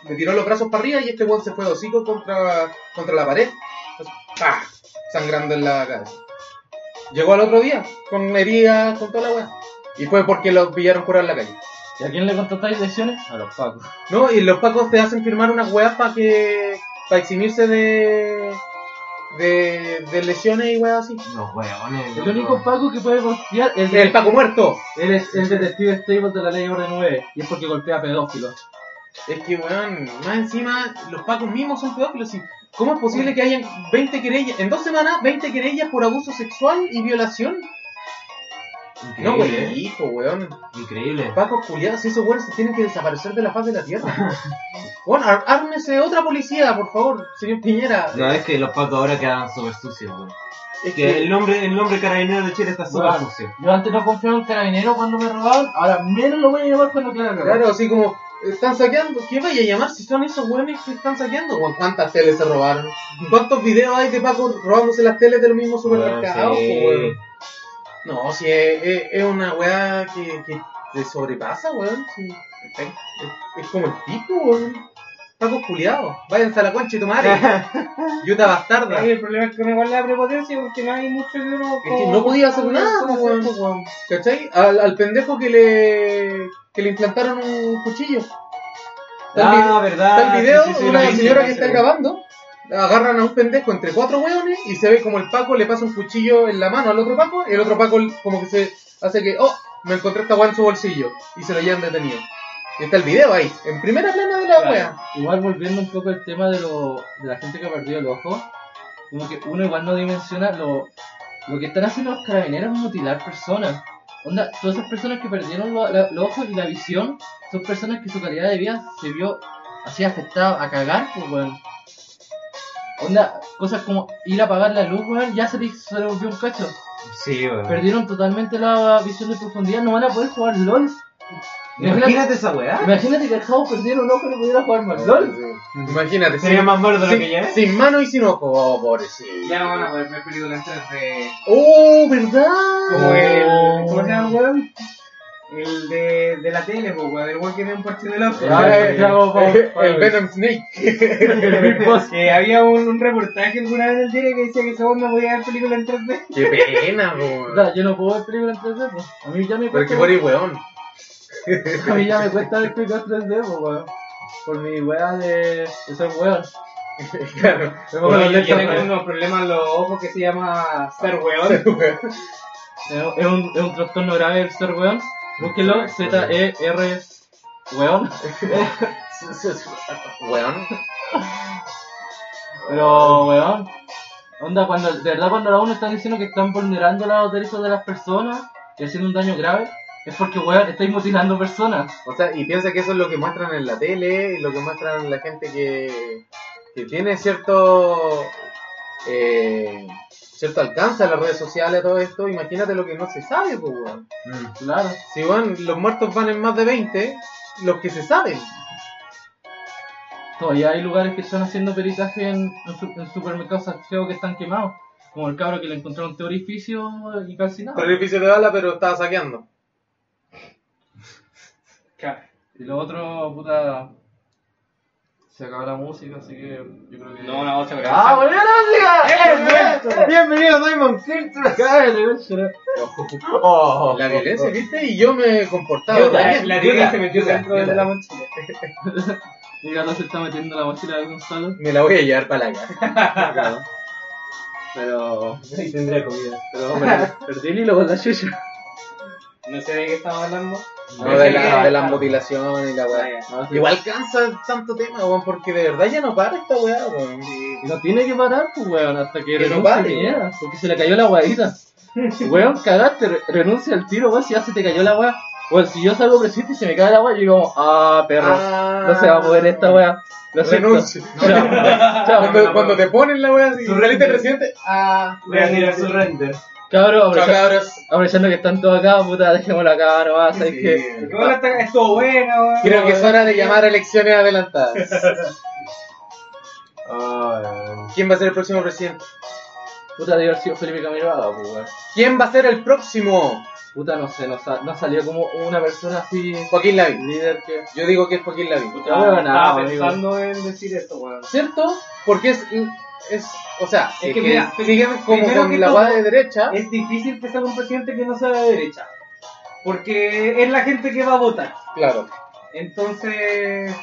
Le tiró los brazos para arriba y este weón se fue de hocico contra, contra la pared. Entonces, ¡pah! Sangrando en la cabeza. Llegó al otro día, con heridas, con toda la weá. Y fue porque lo pillaron curar en la calle. ¿Y a quién le contratáis lesiones? A los pacos. ¿No? Y los pacos te hacen firmar unas weas para que. para eximirse de. de. de lesiones y weas así. Los weones. El único paco que puede golpear es El Paco muerto. Él es el detective Stable de la ley orden 9 y es porque golpea pedófilos. Es que, weón, más encima, los Pacos mismos son pedófilos. y ¿Cómo es posible que hayan 20 querellas, en dos semanas, 20 querellas por abuso sexual y violación? No, weón, Increíble. hijo, weón. Increíble. Pacos culiados, esos weones se tienen que desaparecer de la faz de la tierra. Bueno, ármese otra policía, por favor, señor Piñera. No, es que los Pacos ahora quedan súper sucios, weón. Es Que que, el nombre, el nombre carabinero de Chile está súper Weón. sucio. Yo antes no confiaba en carabinero cuando me robaban, ahora menos lo voy a llevar cuando quiera robar. claro, así como, están saqueando. ¿Qué vaya a llamar si son esos weones que están saqueando? Weón, ¿Cuántas teles se robaron? ¿Cuántos videos hay de Pacos robándose las teles de los mismos supermercados, Weón, Ah, sí. po, weón? No, si es, es- es una weá que, que te sobrepasa, weón. sí. Es, es como el tipo, weón. Pacos culiados. Váyanse a la concha y tu madre. Yuta bastarda. Ahí el problema es que no igual la prepotencia porque no hay mucho dinero. Es que no podía hacer nada, Como- weón. ¿Cachai? Al, al pendejo que le, que le implantaron un cuchillo. Está el Ah, verdad. Está el video Sí, sí, sí, de una lo vi, señora sí, que sí, está sí. grabando. Agarran a un pendejo entre cuatro hueones y se ve como el Paco le pasa un cuchillo en la mano al otro Paco y el otro Paco como que se hace que, oh, me encontré esta hueá en su bolsillo y se lo llevan detenido. Y está el video ahí, en primera plana de la Claro. hueá. Igual volviendo un poco al tema de, lo, de la gente que ha perdido el ojo, como que uno igual no dimensiona lo, lo que están haciendo los carabineros es mutilar personas. Onda, todas esas personas que perdieron lo- la- los ojos y la visión son personas que su calidad de vida se vio así afectada a cagar, pues weón. Onda, cosas como ir a apagar la luz, weón, ya se les, se les volvió un cacho. Sí, weón. Perdieron totalmente la visión de profundidad, no van a poder jugar LOL. Imagínate, Imagínate esa weá. imagínate que el Jao perdiera un ojo y no pudiera jugar más LOL. Imagínate. Sería sin- más malo de lo sin- que ya es. Sin mano y sin ojo. Oh, pobrecito. Ya no van a poder ver películas en 3D. Oh, ¿verdad? Como el. ¿Cómo se llama, weón? El de, de la tele, pues, weón. El weón que ve un partido del otro. Ah, Eh, eh, claro, vamos, El vamos. Venom Snake. Que había un, un reportaje alguna vez en el diario que decía que ese weón no podía ver películas en 3D. Qué pena, po. Da, Yo no puedo ver películas en 3D, pues. A mí ya me Porque cuesta. por weón. A mí ya me cuesta ver películas 3D, pues, weón. Por mi weá de. de ser weón. Claro. Me pongo Bueno, los yo lentes, tengo weón. unos problemas en los ojos que se llama ser weón. Es es un, es un trastorno grave el ser weón. Búsquelo, Z-E-R. Weón. Weón. Pero, weón. Onda, cuando, de verdad, cuando la uno está diciendo que están vulnerando los derechos de las personas y haciendo un daño grave, es porque, weón, estáis mutilando personas. O sea, y piensa que eso es lo que muestran en la tele y lo que muestran la gente que, que tiene cierto eh, cierto alcance a las redes sociales, a todo esto. Imagínate lo que no se sabe, pues, weón. Claro. Si van, los muertos van en más de 20, los que se saben. Todavía hay lugares que están haciendo peritaje en, en su- en supermercados creo que están quemados. Como el cabro que le encontraron un orificio y casi nada. Fue difícil de bala, pero estaba saqueando. Y lo otro, puta. Se acabó la música, así que yo creo que. No, no, se me ¡Ah, volvió la música! ¡Eh, Bienvenido Diamond Kirtner. Ah, Cállate, güey. La violencia, ¿viste? Y Oh. yo me comportaba. La, bien. la tía se metió dentro de la mochila. El gato se está metiendo la mochila de Gonzalo. Me la voy a llevar para la casa. Pero. Sí, tendría comida. Pero, hombre, perdí el hilo con la chucha. No sé de qué estamos hablando. No, de, la, de las mutilaciones y la weá. No, sí. Ah, Igual cansa tanto tema, weón, porque de verdad ya no para esta weá, weón. Y no tiene que parar, pues, weón, hasta que no renuncie pare, Piñera, porque se le cayó la guadita. weón, cagaste, re- renuncia al tiro, weón, si ya se te cayó la weá. Weón, si yo salgo presidente y se me cae la weá, yo digo, ah, perro, Ah. no se va a poder esta weá. Lo siento. Renuncia. Chao, chao. Cuando, cuando te ponen la weá así, Tu saliste render. presidente. Ah, Reanir surrender. Cabrón, chao, aprecia- cabros. aprovechando que están todos acá, puta, dejémoslo acá nomás, ¿sabes Sí. qué? Porque ahora está- estuvo buena, weón. Creo que es hora de llamar a elecciones adelantadas. ¿Quién va a ser el próximo presidente? Puta, debió haber sido Felipe Camiroaga, pues, weón. ¿Quién va a ser el próximo? Puta, no sé, no, sa- no salió como una persona así, Joaquín Lavín. líder que... Yo digo que es Joaquín Lavín. Ya, weón, estaba nada, amigo. pensando en decir esto, weón. ¿Cierto? Porque es. es o sea, Es que mira, siguen como primero con que la todo, weá de derecha. Es difícil que salga un presidente que no sea de derecha. Porque es la gente que va a votar. Claro. Entonces.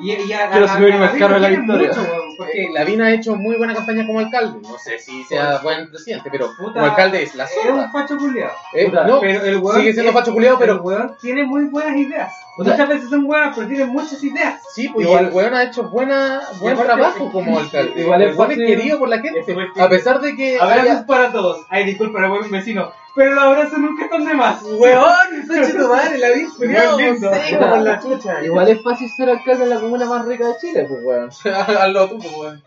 Y, y a, Pero si hubiera a- más a- caro la quieren victoria. mucho, weón, porque Porque Lavín ha hecho muy buena campaña como alcalde. No sé si sea buen presidente, pero Puta, como alcalde es la es un zorra. facho culiado. Eh, puta, no, pero el weón sigue siendo es- facho culiado, Pero el pero weón tiene muy buenas ideas. Puta. Muchas veces son buenas, pero tiene muchas ideas. sí, pues Igual- y el weón ha hecho buena, buen Y aparte- trabajo como alcalde. Igual es el weón es fácil- querido por la gente, es fácil. a pesar de que Abrazos haya- para todos. Ay, disculpa, era buen vecino. Pero los abrazos nunca están de más. ¡Weón! ¡Soche tu madre! ¡La vi culiado! Buen lindo. consejo Puta. por la chucha! Igual es fácil ser alcalde en la comuna más rica de Chile, pues, weón. Hazlo tú, pues, weón.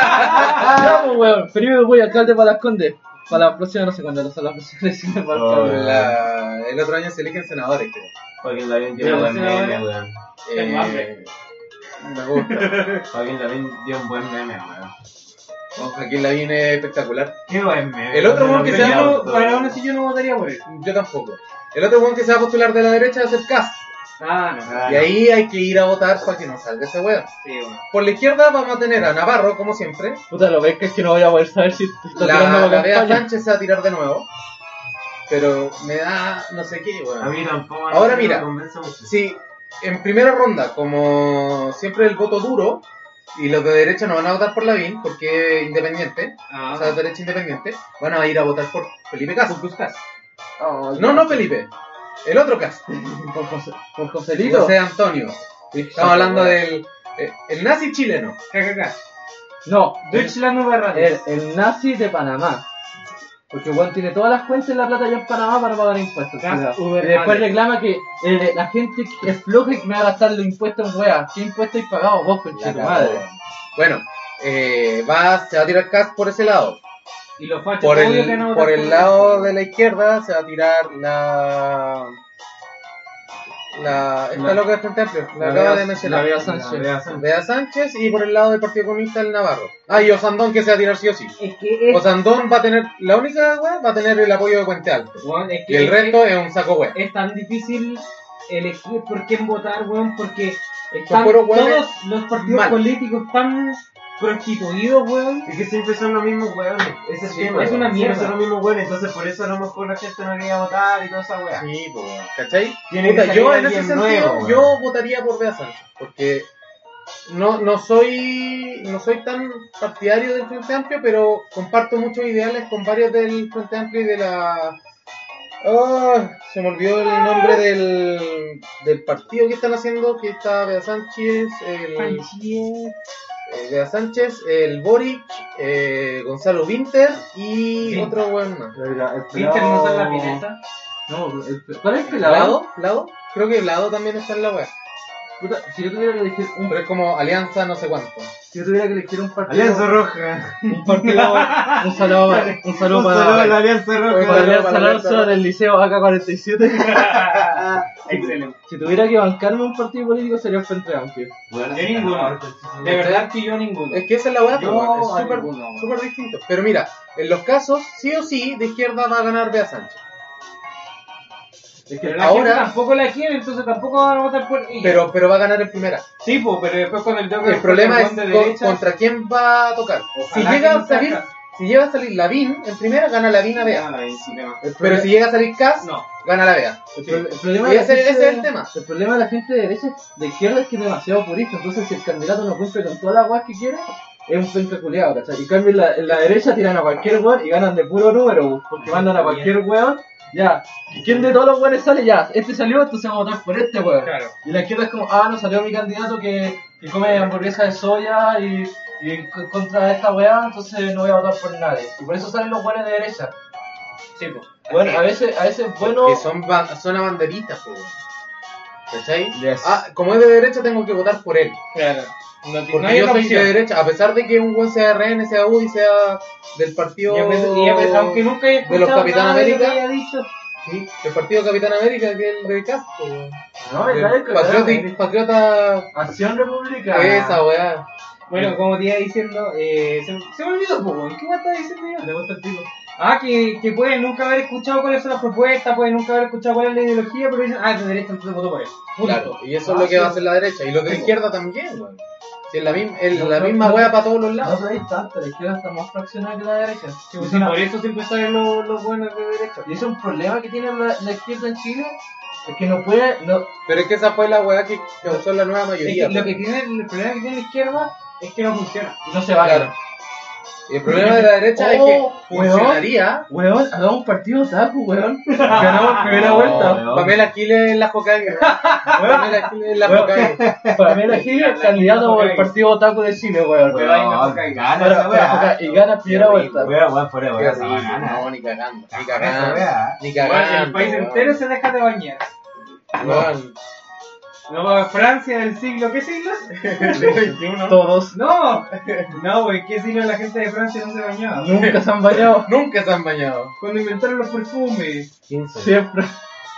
Ah, pues, weón. Felipe voy alcalde para las Condes. Para la próxima, no sé cuándo, son las próximas elecciones para Oh, alcalde. La- El otro año se eligen senadores, creo. Joaquín Lavín Pero dio un buen sí, meme, ahora- weón. Tengo Eh, hambre. me gusta. Joaquín Lavín dio un buen meme, weón. Don Joaquín Lavín es espectacular. Qué buen meme. El otro weón, weón que se Peña llama- Otto. Para aún así yo no votaría por él. Yo tampoco. El otro weón que se va a postular de la derecha va a ser Cast. Ah, no. Ah, Y ahí hay que ir a votar para que no salga ese weón. Sí, weón. Por la izquierda vamos a tener a Navarro, como siempre. Puta, lo ves que es que no voy a poder saber si te está tirando La, la la Bea campaña. Sánchez se va a tirar de nuevo. Pero me da no sé qué, A weón. mí tampoco. Ahora no me mira. convence mucho. Sí, en primera ronda, como siempre el voto duro, y los de derecha no van a votar por Lavín, porque es independiente, Ah, o sea, derecha independiente, van a ir a votar por Felipe Castro. Ay, No, no Felipe, el otro Castro, Por José, por Joselito. José Antonio. Estamos hablando del eh, el nazi chileno. KKK. No, Deutschland Nueva Radio. el, el nazi de Panamá. Porque Juan tiene todas las cuentas en la plata allá en Panamá para pagar impuestos. Gas, culiao. Uber, y después Alex. reclama que eh, la gente es floja y me va a gastar los impuestos en weas. ¿Qué impuestos hay pagado vos, conche tu La madre? cagó. Bueno, eh, va, se va a tirar Cast por ese lado. Y los fachos. Por obvio que el, no por votan el lado de la izquierda se va a tirar la. la, esta La- loca del Frente Amplio, la, La acaba Bea- de mencionar. la Bea Sánchez. La Bea Sánchez. Bea Sánchez y por el lado del Partido Comunista el Navarro. Ah, y Osandón que se va a tirar sí o sí. Es que es, Osandón va a tener, la única weá va a tener el apoyo de Puente Alto. weón, es que Y el es- resto es un saco weá. es tan difícil elegir por quién votar, weón, porque Son están puros weones todos los partidos mal. políticos están prostituidos, weón. Es que siempre son los mismos hueones. Ese es el Sí, tema. es una Siempre mierda. Son los mismos hueones. Entonces por eso a lo mejor la gente no quería votar y toda esa hueá. Sí, pues, ¿cachai? Tiene que Puta, salir yo en ese alguien sentido, nuevo, yo weón. votaría por Bea Sánchez, porque no, no soy no soy tan partidario del Frente Amplio, pero comparto muchos ideales con varios del Frente Amplio y de la... Ah, se me olvidó el nombre del, del partido que están haciendo, que está Bea Sánchez, el, eh, Bea Sánchez, el Boric, eh, Gonzalo Winter y Winter. otro weón más. Viste, no son la pineta. No, el- ¿cuál es el pelado? ¿Lado? ¿Lado? Creo que Lado también está en la web. Puta, si yo tuviera que elegir un Pero es como Alianza no sé cuánto. si yo tuviera que elegir un partido. Alianza Roja. Un partido. un saludo para. Un saludo Un saludo a la para. Alianza Oye, Roja. para Alianza para la- Larsa del Liceo AK47. Excelente. Si tuviera que bancarme un partido político sería el Frente Amplio. Yo ninguno. De verdad que yo ninguno. Es que esa es la web, Yo es a súper- ninguno, weón. súper distinto. Pero mira, en los casos, sí o sí, de izquierda va a ganar Bea Sánchez. Es que Pero la Ahora- gente tampoco la quiere, entonces tampoco van a votar por ella. Pero, pero va a ganar en primera. Sí, pues, pero después cuando el toque El problema es de con- derecha, contra quién va a tocar. Si Ojalá llega que a no salir, salga. si llega a salir Lavín, en primera gana Lavín a Ah, Bea. Pero Pero si llega a salir Cas, No. gana la Bea. El, pro- el problema de Y la ese- gente- ese es el tema. El problema de la gente de derecha, de izquierda, es que es demasiado purista. Entonces, si el candidato no cumple con todas las weas que quiere, es un penca culiado, ¿cachai? Y en cambio, en la, en la derecha tiran a cualquier weón y ganan de puro número, weón, porque mandan a cualquier weón. Ya, ¿quién de todos los weones sale? Ya, este salió, entonces vamos a votar por este weón. Claro. Y la izquierda es como, ah, no salió mi candidato que, que come hamburguesa de soya y, y en co- contra de esta weá, entonces no voy a votar por nadie. Y por eso salen los weones de derecha. Sí, pues. Bueno, a veces, a veces es bueno. Que son, ba- son abanderitas, po. ¿Cachai? Yes. Ah, como es de derecha, tengo que votar por él. Claro. No, Porque no hay yo otra soy opción. de derecha, a pesar de que un buen sea RN, sea U y sea del partido. Y a pesar- y a pesar- aunque nunca he de los escuchado Capitán nada de lo que América. haya dicho. Sí, del partido Capitán América, que es el de Castro. weón. No, Del es la- Patriota, patriota Acción Republicana. Ah. esa weá. Bueno, como te iba diciendo, eh, se, se me olvidó, po, weón. ¿Qué me estaba diciendo yo? Ah, que, que puede nunca haber escuchado cuáles son las propuestas, puede nunca haber escuchado cuál es la ideología, pero dicen, ah, es de derecha, entonces voto por él. Punto. Claro, y Ah, eso es lo que va a hacer la derecha. Y los de la izquierda también, weón. Si es la, misma es No, la no, misma no. weá para todos los No lados. sabéis tanto, la izquierda está más fraccionada que la derecha. Sí, pues, sí, por eso siempre salen los, los buenos de derecha. Y ese es un problema que tiene la, la izquierda en Chile, es que no puede, no, Pero es que esa fue la weá que causó la nueva mayoría. pues. Es que lo po. que tiene, el problema que tiene la izquierda es que no funciona. y no se vale. Claro. Y el problema de la derecha es Oh, que funcionaría. Weón, hagamos un partido taco, weón. Ganamos primera vuelta. Pamela Aquiles en la Hokage. Pamela Aquiles en la Weón. Hokage. Pamela Gil es candidato por el partido Otaku de Chile, weón. Para- para Oaxaca, y gana primera vuelta. No, Ah, ni cagando. Ni cagando. weá. Ni Bueno, cagando. el país weón. entero se deja de bañar. Weón. No, Francia del siglo, ¿qué siglo? Todos No, no, güey, ¿qué siglo la gente de Francia no se bañaba? nunca se han bañado. Nunca se han bañado. Cuando inventaron los perfumes, 15. Siempre.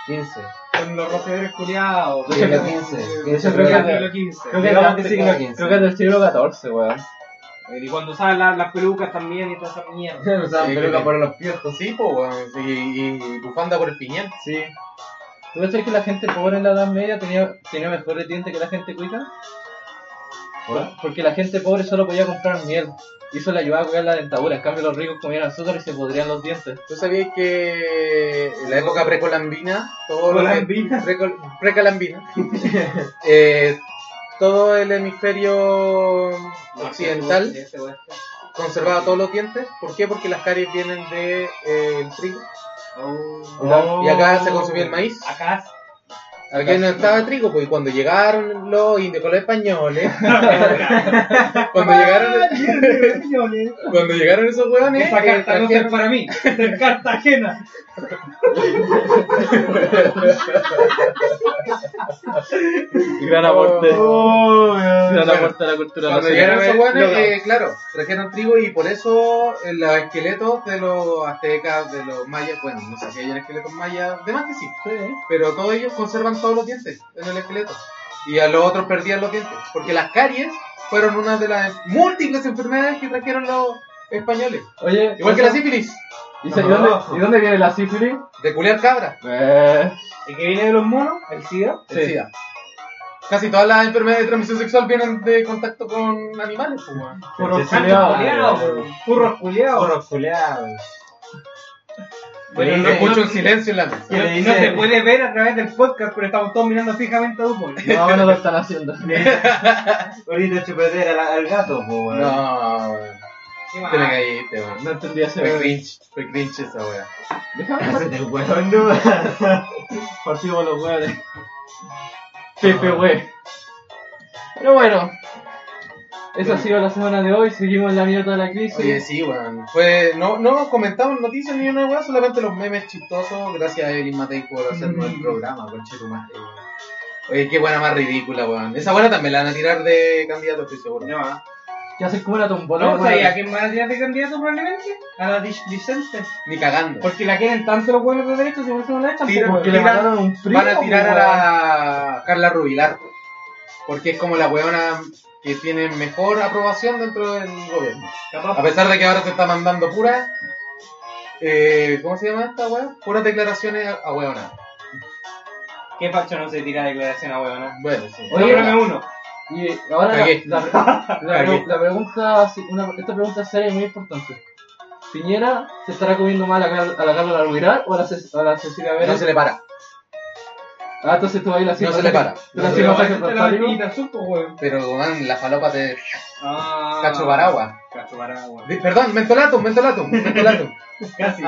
15. con los rociadores culiados. Sí, con- los 15, Yo 15, creo creo que es que- del siglo XV. Creo que, Digamos es que del siglo- siglo XV. creo que es del siglo XIV, weón. Y cuando usaban la- las pelucas también y toda esa mierda. Sí, peluca por los pies, sí, po, weón. Sí, y, y bufanda por el piñón. Sí. ¿Tú crees que la gente pobre en la Edad Media tenía, tenía mejores dientes que la gente cuica? Porque la gente pobre solo podía comprar miel. Y eso le ayudaba a cuidar la dentadura. En cambio, los ricos comían azúcar y se podrían los dientes. ¿Tú sabías que en la época precolombina, todo lo que- precol- precolombina, eh, todo el hemisferio occidental conservaba todos los dientes? ¿Por qué? Porque las caries vienen de, eh, el trigo. Oh. Y acá se consumía el maíz. Oh. Acá, Aquí no estaba trigo, pues y cuando llegaron los indios con los españoles, cuando Ah, llegaron, cuando llegaron esos hueones, esa eh, carta no es trajeron- para mí, de Cartagena. Gran aporte. Oh, weón. Gran Bueno, aporte a la cultura cuando Oh. nacional. llegaron esos No, hueones, no. eh, claro, trajeron trigo y por eso eh, los esqueletos de los aztecas, de los mayas, bueno, no sé si hay esqueletos mayas, de más que sí, pero todos ellos conservan todos los dientes en el esqueleto. Y a los otros perdían los dientes, porque las caries fueron una de las múltiples enfermedades que trajeron los españoles. Oye, Igual que la sífilis, ¿y, se- y dónde, ¿y dónde viene la sífilis? de culiar cabra, Eh, El que viene de los monos, el SIDA. el SIDA. Casi todas las enfermedades de transmisión sexual vienen de contacto con animales, pues, weón. Por Pinches culiados. Furros culiados. Zorros culeados. Bueno, Sí, Lo no- escucho en silencio en la mesa. No, no se puede ver a través del podcast, pero estamos todos mirando fijamente a Dupo. No, no lo están haciendo. Ahorita chupete al, al gato, po, weón. No, weón. Ah. Te me caíste, weón. No entendí ese Fue weón. cringe, fue cringe esa wea. Déjame Cállate, weón, no. partido con los weones. Ah. Pepe, wey. Pero bueno, esa ha sido la semana de hoy. Seguimos en la mierda de la crisis. Oye, sí, weón. Fue, no, no comentamos noticias ni una weá, solamente los memes chistosos. Gracias a Evelyn Matei por hacernos el programa, conchetumare, weón. Oye, qué buena más ridícula, weón. Esa buena también la van a tirar de candidato, estoy seguro. No, Ya se como una tombola. no, weón. ¿sabía a quién van a tirar de candidato probablemente? A la Dis- Vicente. Ni cagando. Porque la quieren tanto los buenos de derecho, si por eso no la echan. Tira- pues, Porque weón. le tiran- mandaron un primo. Van a tirar a weón. la Carla Rubilar, pues. porque es como la weona que tiene mejor aprobación dentro del gobierno. A Capaz. pesar de que ahora se está mandando pura. Eh, ¿Cómo se llama esta weá? Puras declaraciones a, a hueona. ¿Qué facho no se tira declaración a huevona? Bueno, sí. Oye, Nómbrame uno. Y ahora la, Cagué. la- la- la- Cagué. la pregunta, sí, una- esta pregunta seria y muy importante. ¿Piñera se estará comiendo mal a, Car- a la Carla Rubilar o a la, Ce- a la Cecilia Vélez? No se le para. Ah, entonces tú ahí la No se le para. Tú la No se simpatías Esta con es la Tartario. vaquita supo, weón. Pero, man, la falopa de Ah. cacho baragua. pues, Cacho Baragua. Di- Perdón, mentolatum, mentolatum, mentolatum. Casi.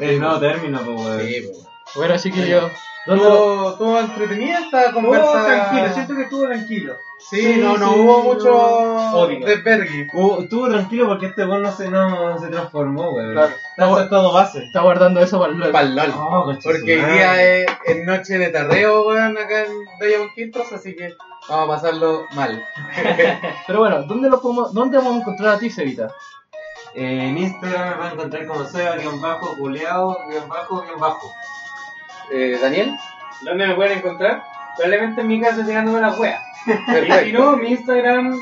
El nuevo término, po, weón. sí, pues. Bueno, chiquillo. ¿Dónde lo- ¿Todo, todo entretenida esta conversa? Estuvo tranquilo, siento que estuvo tranquilo. Sí, no, no hubo mucho Odio. desvergue. Uh, estuvo tranquilo porque este weón no se, no se transformó, weón. Claro. Está saltando base. Está guardando eso para el luego. Pa'l LOL. No, coche su Porque hoy madre. día es, es noche de tarreo, weón, acá en Diamond Quintos, así que vamos a pasarlo mal. Pero bueno, ¿dónde lo podemos, dónde vamos a encontrar a ti, Cevita? Eh, en Instagram me van a encontrar como Seba, guión bajo, culeado, guión bajo, guión bajo. Eh, Daniel, ¿Dónde me pueden encontrar? Probablemente en mi casa tirándome las weas. Y si perfecto. no, mi Instagram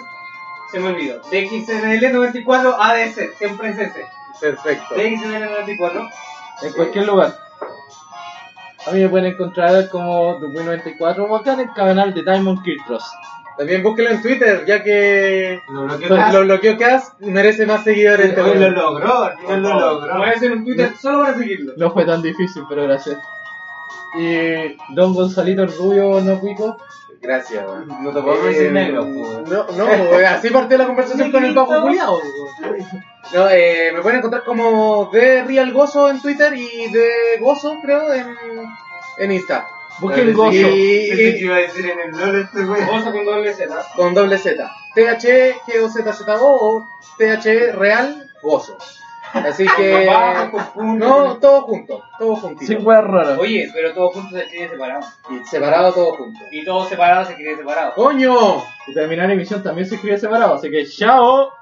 se me olvidó. DXNL94ADC, siempre es ese. Perfecto. DXNL94. En cualquier lugar. A mí me pueden encontrar como The Win 94 o acá en el canal de Diamond Kirtros. También búsquelo en Twitter, ya que Lo bloqueó. Pues, lo bloqueó Cass merece más seguidores. este Hoy lo weón. logró, no lo logró. Voy a hacer un Twitter solo para seguirlo. No fue tan difícil, pero gracias. Y Don Gonzalito Rubio, no cuico. Gracias, weón. Eh, No te puedo decir negro, pues, weón. No, no, weón, así partió la conversación con el bajo culiado. No, eh, me pueden encontrar como de Real Gozo en Twitter y de Gozo, creo, en, en Insta. Busquen Y- gozo. Pensé que y, iba a decir en el LOL este weón. Vamos a con doble Z. con doble Z. E, THE, GOZZO o THE Real Gozo. Así que. Bajo, con punto. Eh, No, todo junto, todo juntito. Sin weas raras. Oye, pero todo junto se escribe separado. Y separado todo junto. Y todo separado se escribe separado. ¡Coño! Y terminar la emisión también se escribe separado, así que chao.